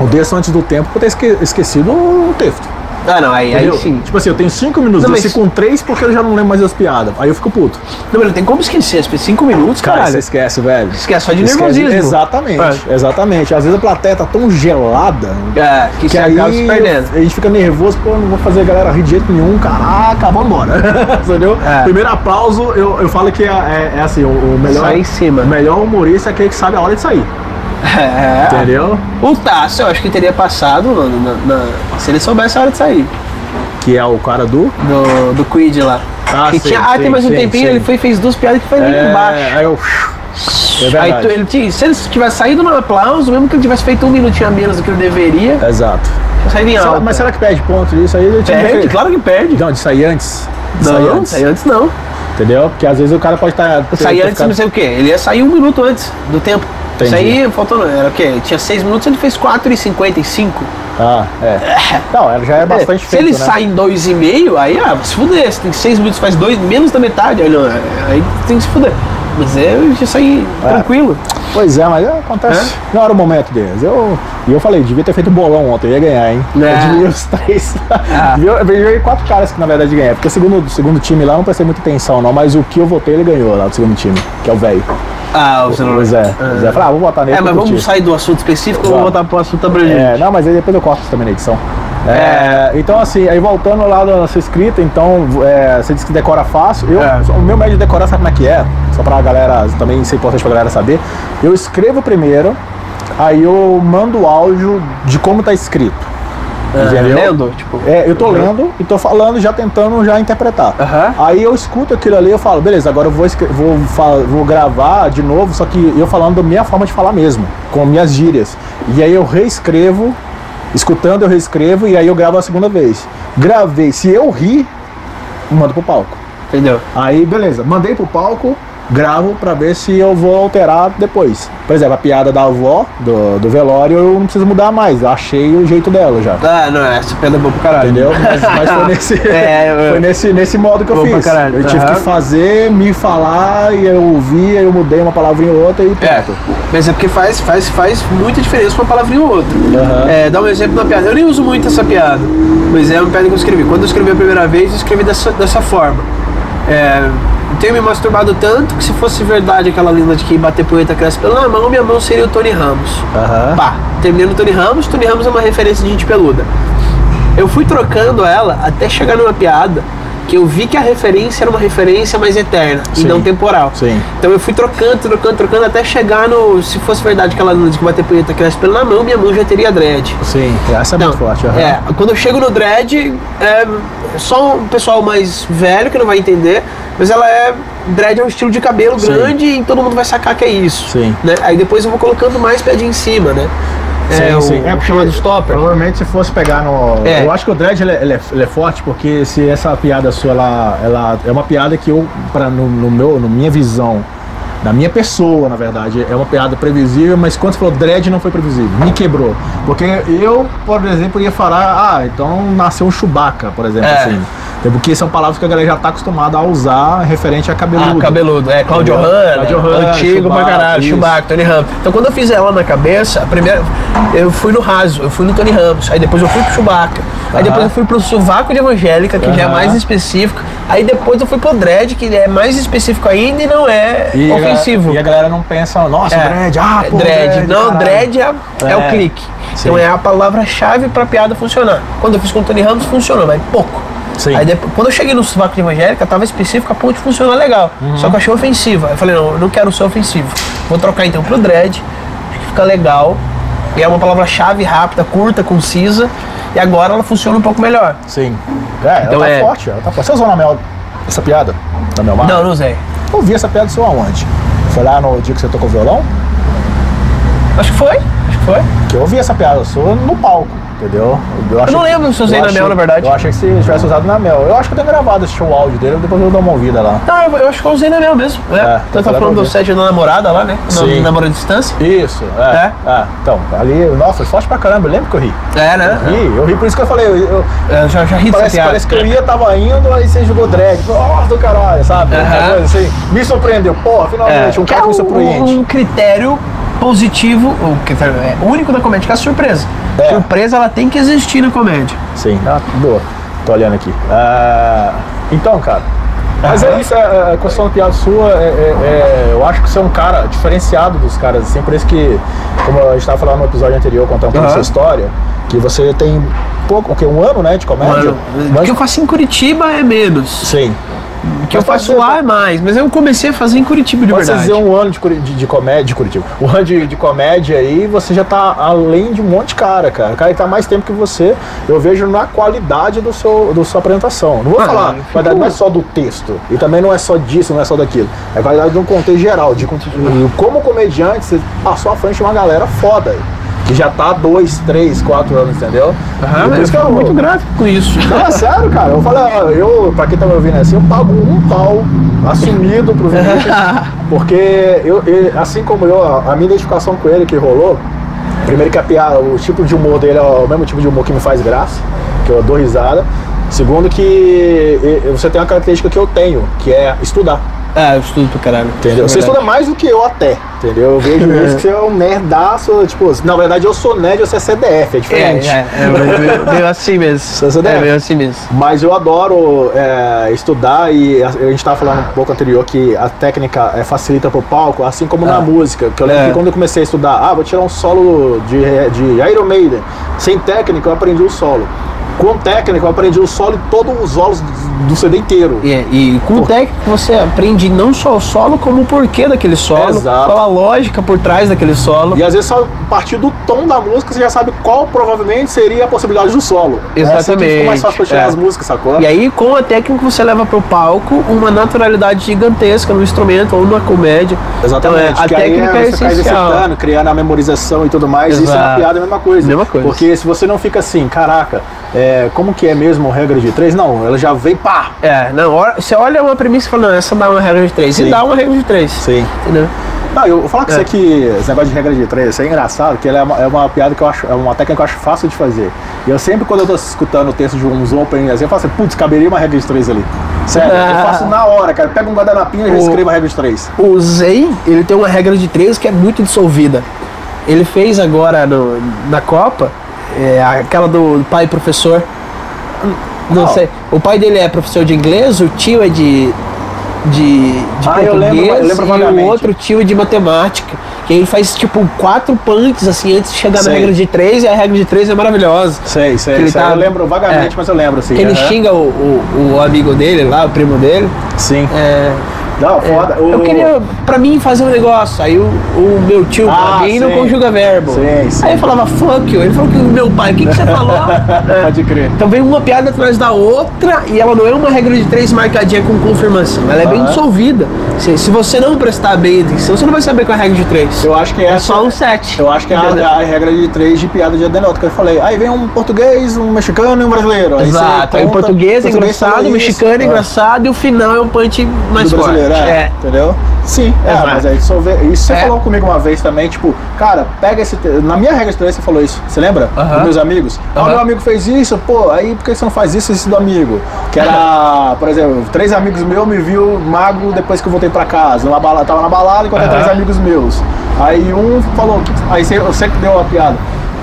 S1: odeço antes do tempo por ter esque- esquecido o texto.
S2: Ah, não, aí, aí
S1: entendeu?
S2: sim.
S1: Tipo assim, eu tenho cinco minutos,
S2: Não,
S1: eu
S2: mas-
S1: fico com três porque eu já não lembro mais as piadas. Aí eu fico puto.
S2: Não, mas não tem como esquecer, as 5 minutos,
S1: Cara,
S2: caralho.
S1: você esquece, velho.
S2: Esquece só de
S1: Esquece-
S2: nervosismo.
S1: Exatamente, exatamente. Às vezes a plateia tá tão gelada
S2: É, que,
S1: que
S2: você
S1: aí
S2: acaba se perdendo. *laughs*
S1: a gente fica nervoso, pô, não vou fazer a galera rir de jeito nenhum, caraca, vambora. *laughs* Entendeu?
S2: É.
S1: Primeiro aplauso, eu, eu falo que é, é- é assim, o, o melhor.
S2: Sai em cima.
S1: O melhor humorista é aquele que sabe a hora de sair.
S2: É.
S1: Entendeu?
S2: O Tasso, eu acho que teria passado, mano, na, na- se ele soubesse a hora de sair
S1: Que é o cara do.
S2: do, do Quid lá.
S1: Ah,
S2: que
S1: sim,
S2: tinha, ah,
S1: sim,
S2: tem mais um
S1: sim,
S2: tempinho,
S1: sim.
S2: ele foi, fez duas piadas que foi meio
S1: É,
S2: embaixo.
S1: aí eu- É
S2: Aí
S1: verdade.
S2: tu- ele tinha- se ele tivesse saído no aplauso, mesmo que ele tivesse feito um minutinho a menos do que ele deveria,
S1: Exato.
S2: sairia em
S1: Será-
S2: alta.
S1: mas será que perde ponto disso aí? Eu tinha
S2: perde?
S1: que-
S2: Claro que perde.
S1: Não, de sair antes. De
S2: Não,
S1: sair
S2: não,
S1: antes.
S2: sair antes não.
S1: Entendeu? Porque às vezes o cara pode estar. Tá, ter-
S2: Sair
S1: ter
S2: antes,
S1: ficado-
S2: não sei o quê. Ele ia sair um minuto antes do tempo.
S1: Entendi.
S2: Sair, faltando, era o quê? Tinha seis minutos, ele fez 4,55.
S1: Ah, é. Não, ela já é bastante
S2: Se
S1: feito,
S2: ele
S1: né?
S2: sai em 2,5, aí, ah, vai se fuder. Se tem seis minutos, faz dois, menos da metade. Aí, não, é, aí tem que se fuder. Mas é, eu já saí
S1: É.
S2: tranquilo.
S1: Pois é, mas acontece. Não era o momento deles. Eu, e eu falei, devia ter feito bolão ontem, eu ia ganhar, hein?
S2: É.
S1: Eu devia os três.
S2: Ah.
S1: Devia- Eu vejo quatro caras que na verdade ganharam. Porque o segundo, o segundo time lá eu não prestei muita atenção, não, mas o que eu votei ele ganhou lá do segundo time, que é o velho.
S2: Ah, o
S1: O Zé. O Zé falou, ah, vou botar nele.
S2: É, mas
S1: pra
S2: vamos
S1: curtir.
S2: sair do assunto específico, vamos
S1: Vamos.
S2: voltar pro assunto abrangente.
S1: É, não, mas aí depois eu corto isso também na edição. É, então assim, aí voltando lá da sua escrita, então é, você disse que decora fácil. Eu,
S2: É.
S1: O meu médio de decorar, sabe como é que é? Só pra galera, também isso é importante pra galera saber. Eu escrevo primeiro, aí eu mando o áudio de como tá escrito. Entendeu?
S2: Lendo, tipo.
S1: É, eu tô lendo e tô falando, já tentando já interpretar.
S2: Aham.
S1: Aí eu escuto aquilo ali eu falo, beleza, agora eu vou, escre- vou, fa- vou gravar de novo, só que eu falando da minha forma de falar mesmo, com minhas gírias. E aí eu reescrevo, escutando eu reescrevo e aí eu gravo a segunda vez. Gravei, se eu rir, mando pro palco.
S2: Entendeu?
S1: Aí, beleza, mandei pro palco, gravo pra ver se eu vou alterar depois. Por exemplo, a piada da avó, do, do velório, eu não preciso mudar mais, eu achei o jeito dela já.
S2: Ah, não, essa pedra é boa pro caralho. *laughs*
S1: Entendeu? Mas, mas foi, nesse,
S2: É, eu-
S1: foi nesse, nesse modo que eu
S2: Bom pra
S1: fiz.
S2: caralho.
S1: Eu tive
S2: Aham.
S1: que fazer, me falar, e eu ouvi, aí eu mudei uma palavrinha ou outra e
S2: É,
S1: pronto.
S2: mas é porque faz, faz, faz muita diferença uma palavrinha ou outra.
S1: Aham.
S2: É, dá um exemplo da piada. Eu nem uso muito essa piada, mas é uma piada que eu escrevi. Quando eu escrevi a primeira vez, eu escrevi dessa, dessa forma. É, tenho me masturbado tanto que se fosse verdade aquela linda de que bater poeta cresce pela mão, minha mão seria o Tony Ramos.
S1: Aham.
S2: Pá, terminei no Tony Ramos, Tony Ramos é uma referência de gente peluda. Eu fui trocando ela até chegar numa piada que eu vi que a referência era uma referência mais eterna
S1: Sim.
S2: e não temporal.
S1: Sim.
S2: Então eu fui trocando, trocando, trocando até chegar no. Se fosse verdade aquela lenda de que bater punheta cresce pelo na mão, minha mão já teria dread.
S1: Sim, essa é
S2: Não,
S1: muito forte. aham.
S2: é, quando eu chego no dread, é só um pessoal mais velho que não vai entender, mas ela é. Dread é um estilo de cabelo
S1: Sim.
S2: grande e todo mundo vai sacar que é isso.
S1: Sim.
S2: né? Aí depois eu vou colocando mais piadinha em cima, né?
S1: Sim,
S2: o,
S1: sim. É
S2: o
S1: porque-
S2: chamado stopper.
S1: Provavelmente se fosse pegar no.
S2: É.
S1: Eu acho que o Dredd ele, é- ele é, ele é forte porque se essa piada sua, ela, ela é uma piada que eu, pra, no, no meu, na minha visão, na minha pessoa, na verdade, é uma piada previsível, mas quando você falou Dredd não foi previsível, me quebrou. Porque eu, por exemplo, ia falar, ah, então nasceu um Chewbacca, por exemplo,
S2: É.
S1: assim. Então, Porque são palavras que a galera já está acostumada a usar referente a
S2: Ah,
S1: cabeludo.
S2: cabeludo, é, Claudio
S1: Entendeu?
S2: Hanna,
S1: Claudio Hanna,
S2: antigo pra
S1: Chewbacca,
S2: caralho,
S1: isso.
S2: Chewbacca, Tony Ramos. Então quando eu fiz ela na cabeça, a primeira, eu fui no raso, eu fui no Tony Ramos, aí depois eu fui pro Chewbacca, aí
S1: Aham.
S2: depois eu fui pro Sovaco de Evangélica, que já é
S1: Aham.
S2: mais específico, aí depois eu fui pro Dredd, que é mais específico ainda e não é
S1: E a galera-
S2: ofensivo.
S1: e a galera não pensa, nossa,
S2: É.
S1: Dredd, ah,
S2: É
S1: pô,
S2: dread. Não,
S1: caralho.
S2: dread é, é o
S1: É.
S2: clique.
S1: Sim.
S2: Então é a palavra-chave pra piada funcionar. Quando eu fiz com o Tony Ramos, funcionou, mas pouco.
S1: Sim.
S2: Aí depois, quando eu cheguei no sovaco de evangélica, tava específico a ponto de funcionar legal.
S1: Uhum.
S2: Só que eu achei ofensiva. Eu falei, não, eu não quero ser ofensivo. Vou trocar então pro dread, acho que fica legal. E é uma palavra-chave rápida, curta, concisa. E agora ela funciona um pouco melhor.
S1: Sim. É,
S2: Então
S1: ela tá
S2: é-
S1: forte, ela tá forte. Você usou na Mel essa piada? Na Mel Mar?
S2: Não, não usei.
S1: Eu vi essa piada sua aonde? Foi lá no dia que você tocou violão?
S2: Acho que foi. Acho que foi.
S1: Que eu vi essa piada sua no palco, entendeu? Eu, achei
S2: não
S1: que-
S2: lembro se eu usei na
S1: achei-
S2: Mel, na verdade.
S1: Eu achei que você tivesse usado na Mel. Eu acho que eu tenho gravado esse show áudio dele, depois eu dou uma ouvida lá.
S2: Não, eu, eu acho que eu usei na minha mesmo. né?
S1: É,
S2: então
S1: dá
S2: tá
S1: pra
S2: falando do
S1: ouvir.
S2: set da namorada lá, né?
S1: Sim.
S2: Na, namoro à distância.
S1: Isso, é.
S2: É?
S1: é. Então, ali, nossa, foi forte pra caramba, eu lembro que eu ri.
S2: É, né?
S1: Ri, eu ri, por isso que eu falei, eu, eu-
S2: Eu É, já, já ri dessa
S1: parece,
S2: piada. né?
S1: parece que eu ia, tava indo, aí você jogou drag, nossa do caralho, sabe? Aquela
S2: Aham.
S1: coisa assim, me surpreendeu, porra, finalmente, um
S2: que
S1: cara
S2: é
S1: que me surpreende.
S2: um, um critério positivo, o critério é único da comédia, que é a surpresa.
S1: É.
S2: Surpresa, ela tem que existir na comédia.
S1: Sim. Ah, boa. Tô olhando aqui. Ah, então, cara. Mas é isso, a, a questão da piada sua, é- é- é- eu acho que você é um cara diferenciado dos caras, assim, por isso que, como a gente estava falando no episódio anterior, contando um pouco
S2: Aham.
S1: da sua história, que você tem pouco, o quê? Um ano, né, de comédia?
S2: Mano,
S1: Mas-
S2: o que eu faço em Curitiba é menos.
S1: Sim.
S2: que eu faço lá é mais, mas eu comecei a fazer em Curitiba de
S1: Pode
S2: verdade.
S1: fazer um ano de, Curi- de, de comédia, de Curitiba. Um ano de, de comédia aí, você já tá além de um monte de cara, cara. O cara que tá mais tempo que você, eu vejo na qualidade do seu, do sua apresentação. Não vou
S2: Ah,
S1: falar,
S2: eu fico-
S1: qualidade não é só do texto, e também não é só disso, não é só daquilo. É a qualidade de um contexto geral. De, con- e como comediante, você passou à frente de uma galera foda aí. Que já tá há dois, três, quatro anos, entendeu? E
S2: Ah, mas
S1: por
S2: eu
S1: isso que
S2: fico
S1: eu-
S2: muito grato com isso.
S1: não, é sério, cara. Eu falo, ó, eu, pra quem tá me ouvindo assim, eu pago um pau assumido pro Vinícius. porque eu, ele- assim como eu, a a minha identificação com ele que rolou, primeiro que a piada, o tipo de humor dele é o mesmo tipo de humor que me faz graça, que eu dou risada. Segundo que e- e você tem uma característica que eu tenho, que é estudar.
S2: *laughs* Ah, eu estudo pra caralho.
S1: Entendeu? Você estuda mais do que eu até, entendeu? Eu vejo isso que você é um nerdaço, tipo, na verdade eu sou nerd, você é CDF, é
S2: É, é,
S1: diferente.
S2: é, meio- meio, meio assim
S1: Você- você
S2: mesmo.
S1: deve.
S2: É meio assim mesmo.
S1: Mas eu adoro é, estudar e a, a gente estava falando um pouco anterior que a técnica é, facilita pro palco, assim como na
S2: Ah.
S1: música. Que eu lembro
S2: É.
S1: que quando eu comecei a estudar, ah, vou tirar um solo de, é, de Iron Maiden. Sem técnica eu aprendi o solo. Com técnica eu aprendi o solo e todos os solos do- do CD inteiro.
S2: E, é, e com o técnico você aprende não só o solo, como o porquê daquele solo,
S1: Exato.
S2: qual a lógica por trás daquele solo.
S1: E às vezes só a partir do tom da música você já sabe qual provavelmente seria a possibilidade do solo. É assim que fica mais
S2: Exatamente,
S1: fácil pra tirar
S2: é.
S1: as músicas, sacou?
S2: E aí, com a técnica, você leva pro palco uma naturalidade gigantesca no instrumento ou na comédia.
S1: Exatamente.
S2: Então, é, a
S1: que aí
S2: técnica é
S1: você cai
S2: essencial.
S1: exercitando, criando a memorização e tudo mais. Isso na
S2: Exato.
S1: piada é a mesma coisa.
S2: Mesma coisa.
S1: Porque se você não fica assim, caraca, é, como que é mesmo regra de três? Não, ela já vem pá.
S2: É, não, hora- você olha uma premissa e fala, não, essa dá uma regra de três.
S1: Sim.
S2: E dá uma regra de três.
S1: Sim.
S2: Entendeu?
S1: Não, eu vou falar com
S2: É.
S1: você que esse negócio de regra de três, isso é engraçado, porque ela é uma, é uma piada que eu acho, é uma técnica que eu acho fácil de fazer. E eu sempre, quando eu tô escutando o texto de uns open, assim, eu falo assim, putz, caberia uma regra de três ali. Sério, eu
S2: *laughs* Ah.
S1: faço na hora, cara. Pega um guardanapinho e já
S2: O-
S1: escrevo a regra de três.
S2: O Zay, ele tem uma regra de três que é muito dissolvida. Ele fez agora no- na Copa, é, aquela do pai professor. Não
S1: Qual?
S2: sei. O pai dele é professor de inglês, o tio é de. De, de
S1: Ah, eu lembro, eu lembro
S2: e
S1: vagamente.
S2: o outro tio é de matemática. Que ele faz tipo quatro punks assim antes de chegar
S1: Sei.
S2: na regra de três, e a regra de três é maravilhosa.
S1: Sei, sei,
S2: Que ele
S1: sei.
S2: tá-
S1: Eu lembro vagamente,
S2: é.
S1: mas eu lembro, assim.
S2: Que ele
S1: aham.
S2: xinga o, o- o amigo dele lá, o primo dele.
S1: Sim.
S2: É,
S1: Não,
S2: é,
S1: foda.
S2: Eu
S1: O-
S2: queria, pra mim, fazer um negócio. Aí o, o meu tio,
S1: Ah,
S2: pra mim, não
S1: sim.
S2: conjuga verbo.
S1: Sim, sim.
S2: Aí eu falava, fuck you. Ele falou que o meu pai, o que, que
S1: *laughs*
S2: você falou?
S1: Pode crer.
S2: então vem uma piada atrás da outra e ela não é uma regra de três marcadinha com confirmação. Ela é bem
S1: Aham.
S2: dissolvida. Se, se você não prestar bem atenção, você não vai saber qual é a regra de três.
S1: Eu acho que essa,
S2: é só um set.
S1: Eu acho que é a, a regra de três de piada de adenota que eu falei. Aí vem um português, um mexicano e um brasileiro. Aí você
S2: Exato. Aí o
S1: conta,
S2: português é
S1: português
S2: engraçado,
S1: falou
S2: o mexicano
S1: isso, Ah.
S2: é engraçado e o final é um punch mais
S1: Do
S2: forte.
S1: brasileiro, é, Entendeu? Sim, é,
S2: Exato.
S1: mas aí dissolver. Isso você
S2: É.
S1: falou comigo uma vez também, tipo, cara, pega esse. te- Na minha regra de três você falou isso, você lembra?
S2: Aham.
S1: Dos meus amigos. Ah,
S2: Aham.
S1: meu amigo fez isso, pô, aí por que você não faz isso esse do amigo? Que era, por exemplo, três amigos meus me viu mago depois que eu voltei pra casa. Numa balada, tava na balada enquanto
S2: Aham.
S1: três amigos meus. Aí um falou, "Que- aí você, você que deu a piada.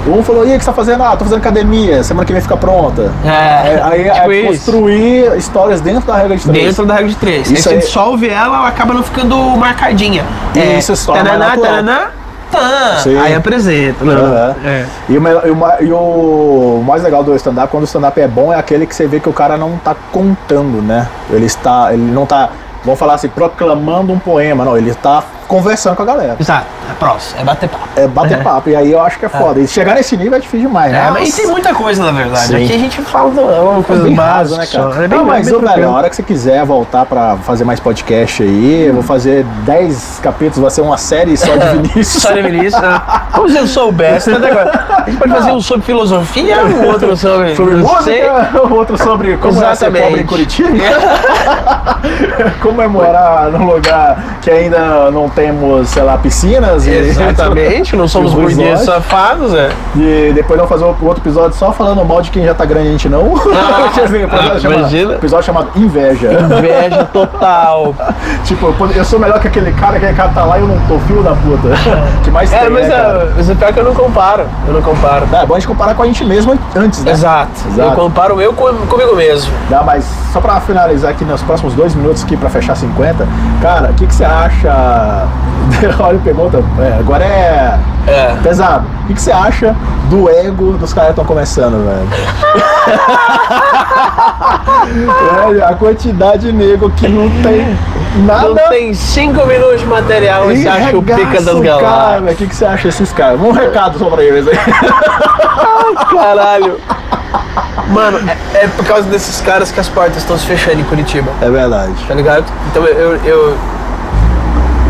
S1: Um falou, e aí, o que você tá fazendo? Ah, tô fazendo academia, semana que vem fica pronta.
S2: É,
S1: Aí, aí
S2: tipo
S1: é
S2: isso.
S1: construir histórias dentro da regra de três.
S2: Dentro da regra de três.
S1: Isso
S2: Aí você
S1: aí-
S2: dissolve ela, ela acaba não ficando marcadinha. É,
S1: E isso se torna
S2: taraná,
S1: natural.
S2: taraná, tã.
S1: Sim.
S2: Aí apresenta.
S1: Aham.
S2: É.
S1: E, o me- e o ma- e o mais legal do stand-up, quando o stand-up é bom, é aquele que você vê que o cara não tá contando, né? Ele está. Ele não tá. Vamos falar assim, proclamando um poema. Não, ele tá conversando com a galera.
S2: Exato. É próximo, é bater papo.
S1: É bater papo. E aí eu acho que é foda. E chegar nesse nível é difícil demais, né?
S2: É, mas tem muita coisa, na verdade.
S1: Sim.
S2: Aqui a gente fala do- é uma coisa
S1: bem
S2: básica,
S1: raso, né,
S2: só.
S1: cara?
S2: É bem,
S1: ah, mas,
S2: bem
S1: ô, velho,
S2: tranquilo.
S1: a hora que você quiser voltar pra fazer mais podcast aí, eu
S2: Hum.
S1: vou fazer 10 capítulos, vai ser uma série
S2: *laughs*
S1: só
S2: É,
S1: de Vinícius.
S2: História ministra. né? Como se eu soubesse, né?
S1: *laughs*
S2: agora? A gente pode fazer um sobre filosofia, um outro sobre.
S1: Sobre
S2: não sei.
S1: música, é outro sobre como é ser
S2: Exatamente.
S1: pobre em Curitiba. *laughs* como é morar num lugar que ainda não temos, sei lá, piscinas. e-
S2: Exatamente, não somos
S1: E os
S2: gordinhos
S1: resorts.
S2: safados, é.
S1: *laughs* E depois nós vamos fazer outro episódio só falando mal de quem já tá grande, a gente não. *laughs* Assim, o episódio chama-
S2: Ah, imagina.
S1: episódio chamado
S2: *laughs*
S1: Inveja.
S2: Inveja total.
S1: tipo, eu pod- eu sou melhor que aquele cara, aquele cara tá lá e eu não tô, filho da puta. *laughs* que mais
S2: É,
S1: tem,
S2: mas,
S1: né, cara?
S2: é, mas o pior é que eu não comparo. Eu não comparo.
S1: É, é bom a gente comparar com a gente mesmo antes, né?
S2: Exato.
S1: Exato.
S2: Eu comparo eu com- comigo mesmo.
S1: Dá, mas só pra finalizar aqui nos próximos dois minutos aqui pra fechar *laughs* 50, cara, o que, que você acha? Olha, pergunta. É, agora é
S4: É.
S1: Pesado. O que, que você acha do ego dos caras que estão começando, velho? *laughs* velho? A quantidade de nego que não tem nada.
S4: Não tem cinco minutos de material e você acha o
S1: Regaça
S4: pica das
S1: o cara,
S4: galáxias.
S1: velho. O que, que você acha desses caras? Um recado só pra eles aí. *laughs*
S4: Caralho.
S2: Mano, é, é por causa desses caras que as portas estão se fechando em Curitiba,
S1: É verdade. *laughs*
S2: tá ligado? Então eu, eu, eu,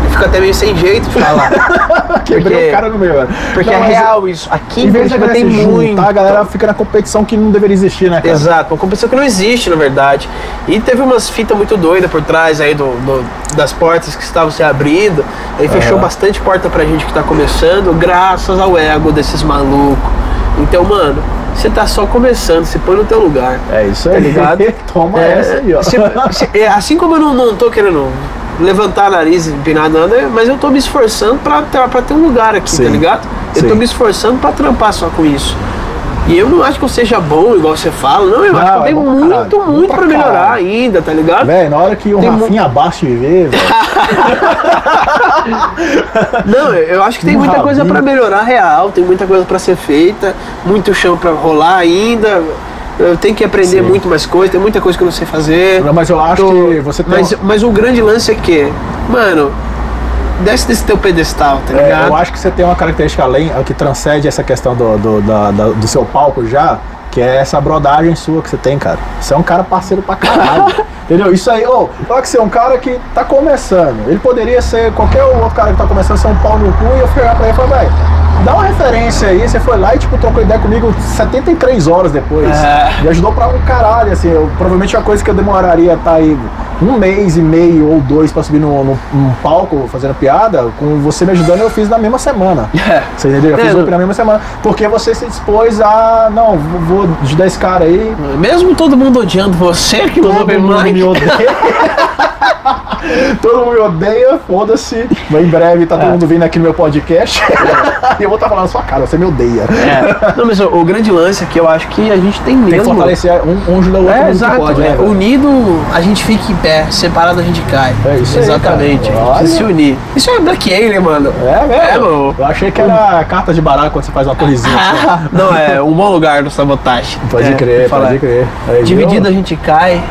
S2: eu fico até meio sem jeito de falar.
S1: *laughs* Quebrei o cara no meio, velho.
S2: Porque
S1: Não,
S2: é
S1: mas
S2: real isso. Aqui
S1: Em vez da
S2: Curitiba
S1: galera
S2: tem
S1: se
S2: muito.
S1: juntar, a galera fica na competição que não deveria existir, *laughs* né, cara?
S2: Exato, uma competição que não existe, na verdade. E teve umas fitas muito doidas por trás aí do, do- das portas que estavam se abrindo. Aí fechou
S1: Aham.
S2: bastante porta pra gente que tá começando, graças ao ego desses malucos. Então, mano, você tá só começando, se põe no teu lugar.
S1: É isso aí.
S2: Tá ligado?
S1: *laughs*
S2: É.
S1: Toma É essa aí, ó.
S2: se- se- é, assim como eu não, não tô querendo levantar nariz, empinar nada, mas eu tô me esforçando pra, ter- pra ter um lugar aqui,
S1: Sim,
S2: tá ligado? Eu
S1: sim.
S2: tô me esforçando pra trampar só com isso. E eu não acho que eu seja bom, igual você fala, não, eu
S1: Não,
S2: acho que eu
S1: é
S2: tenho
S1: bom pra
S2: muito,
S1: caralho, bom
S2: muito
S1: pra
S2: pra, melhorar
S1: caralho. Né?
S2: ainda, tá ligado?
S1: Velho, na hora que o
S2: Tem mu-
S1: Rafinha abaixa e vê, velho.
S2: Não, eu eu acho que tem
S1: Um
S2: muita coisa
S1: rabinho.
S2: pra melhorar real, tem muita coisa pra ser feita, muito chão pra rolar ainda. Eu tenho que
S1: Sim.
S2: aprender muito mais coisa, tem muita coisa que eu não sei fazer.
S1: Não, mas eu acho
S2: Tô-
S1: que você tem um-
S2: Mas,
S1: uma-
S2: mas o grande lance é que, mano, desce desse teu pedestal, tá
S1: É,
S2: ligado?
S1: eu acho que você tem uma característica além, que transcende essa questão do, do, da- da- do seu palco já, que é essa brodagem sua que você tem, cara. Você é um cara parceiro pra caralho.
S2: *laughs*
S1: entendeu? Isso aí, ô, olha que você é um cara que tá começando. Ele poderia ser qualquer outro cara que tá começando, ser um pau no cu, e eu chegar pra ele e falar, velho, dá uma referência aí. Você foi lá e, tipo, trocou ideia comigo 73 horas depois.
S2: É.
S1: Me ajudou pra um caralho, assim. Eu, provavelmente uma coisa que eu demoraria tá aí um mês e meio ou dois pra subir num, num- num palco fazendo piada, com você me ajudando eu fiz na mesma semana. Você entendeu? Eu
S2: *laughs* É,
S1: fiz
S2: não-
S1: o na mesma semana. Porque você se dispôs a. Não, vou vou ajudar esse cara aí.
S2: Mesmo todo mundo odiando você, que não
S1: Todo
S2: é
S1: mundo me
S2: mais.
S1: odeia.
S2: *laughs*
S1: todo mundo me odeia, foda-se. Mas em breve tá
S2: É.
S1: todo mundo vindo aqui no meu
S2: *laughs*
S1: podcast. e eu vou estar falando na sua cara, você me odeia.
S2: É. Não, mas o, o grande lance é que eu acho que a gente tem mesmo.
S1: Tem que fortalecer um, um ajuda o outro
S2: É,
S1: muito
S2: exato.
S1: pode,
S2: é,
S1: né? velho?
S2: unido a gente fica em pé, separado a gente cai.
S1: É isso aí,
S2: Exatamente.
S1: cara.
S2: a gente precisa se
S1: Olha.
S2: unir. Isso é Black Alien, mano.
S1: É
S2: É,
S1: mesmo?
S2: mano.
S1: eu achei que era carta de baralho quando você faz uma torrezinha. assim.
S2: *laughs* Não, é um bom lugar do sabotagem.
S1: Pode
S2: É,
S1: crer,
S2: falar.
S1: pode crer. Aí,
S2: Dividido a gente cai,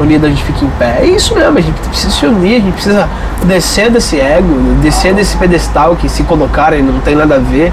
S2: unido a gente fica em pé. É isso mesmo, a gente precisa se unir, a gente precisa descer desse ego, descer desse pedestal que se colocaram e não tem nada a ver.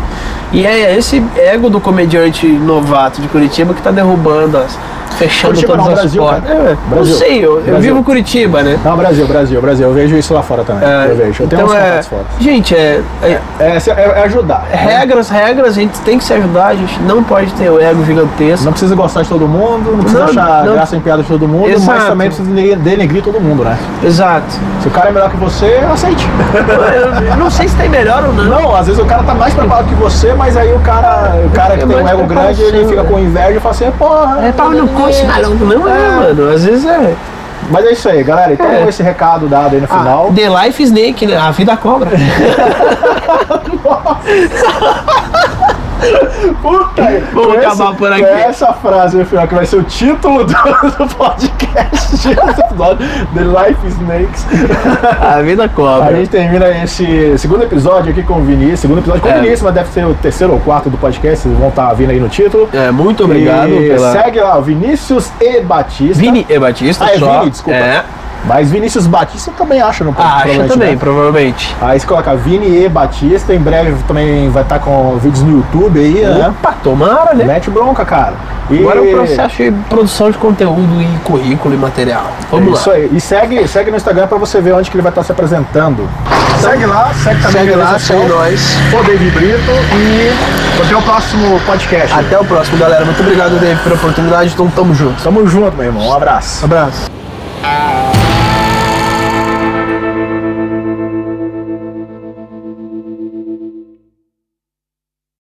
S2: E é esse ego do comediante novato de Curitiba que tá derrubando as. fechando
S1: Curitiba
S2: todas
S1: não,
S2: as
S1: Brasil,
S2: portas.
S1: cara. É, Brasil.
S2: não sei, eu, eu
S1: Brasil.
S2: vivo Curitiba, né?
S1: Não, Brasil, Brasil, Brasil. Eu vejo isso lá fora também.
S2: É,
S1: eu vejo. Eu tenho uns
S2: é,
S1: contatos fora.
S2: gente, é, é-
S1: É, se- é, é ajudar.
S2: regras, regras, a gente tem que se ajudar, a gente não pode ter o ego gigantesco.
S1: Não precisa gostar de todo mundo, não precisa
S2: Não,
S1: achar
S2: não.
S1: graça em piada de todo mundo, mas
S2: Exato.
S1: também precisa dene- denegrir todo mundo, né?
S2: Exato.
S1: Se o cara é melhor que você, aceite.
S2: Eu, eu não sei se tem melhor ou não.
S1: Não, às vezes o cara tá mais preparado que você, mas aí o cara, o cara que
S2: É
S1: tem um
S2: mais
S1: ego grande, ele
S2: preparação,
S1: fica
S2: né?
S1: com inveja e fala assim, porra.
S2: É pau no cu esse maluco, não é, mano. Às vezes é.
S1: Mas é isso aí, galera. Então
S2: É.
S1: esse recado dado aí no final.
S2: Ah, The Life Snake, né? A vida cobra.
S1: Puta! com
S2: Vamos acabar
S1: essa-
S2: por aqui.
S1: Com essa frase, meu filho, que vai ser o título do, *laughs* do podcast, *laughs* desse episódio, The Life Snakes.
S2: *laughs* A vida
S1: A
S2: cobra.
S1: gente termina esse segundo episódio aqui com o Vinícius. Segundo episódio com o
S2: É.
S1: Vinícius, mas deve ser o terceiro ou quarto do podcast, vocês vão estar vindo aí no título.
S2: É, muito obrigado
S1: e
S2: pela.
S1: Segue lá, o Vinícius e Batista.
S2: Vini e Batista,
S1: Ah, é
S2: só.
S1: Vini, desculpa.
S2: É.
S1: Mas Vinícius Batista também acha no
S2: Ah, acho
S1: provavelmente,
S2: também,
S1: né?
S2: provavelmente.
S1: Aí você coloca Vini e Batista. Em breve também vai estar com vídeos no YouTube aí, né?
S2: Opa, tomara, né?
S1: Mete bronca, cara. E-
S2: Agora é um processo de produção de conteúdo e currículo e material. Vamos
S1: é
S2: lá.
S1: Isso aí. E segue, segue no Instagram pra você ver onde que ele vai estar se apresentando. Segue lá, segue também
S2: Segue lá, segue
S1: o
S2: nós.
S1: David Brito e até o próximo podcast.
S2: Até o próximo, galera. Muito obrigado, Dave, pela oportunidade. Então, tamo junto.
S1: Um Tamo junto, meu irmão. Um abraço.
S2: Abraço.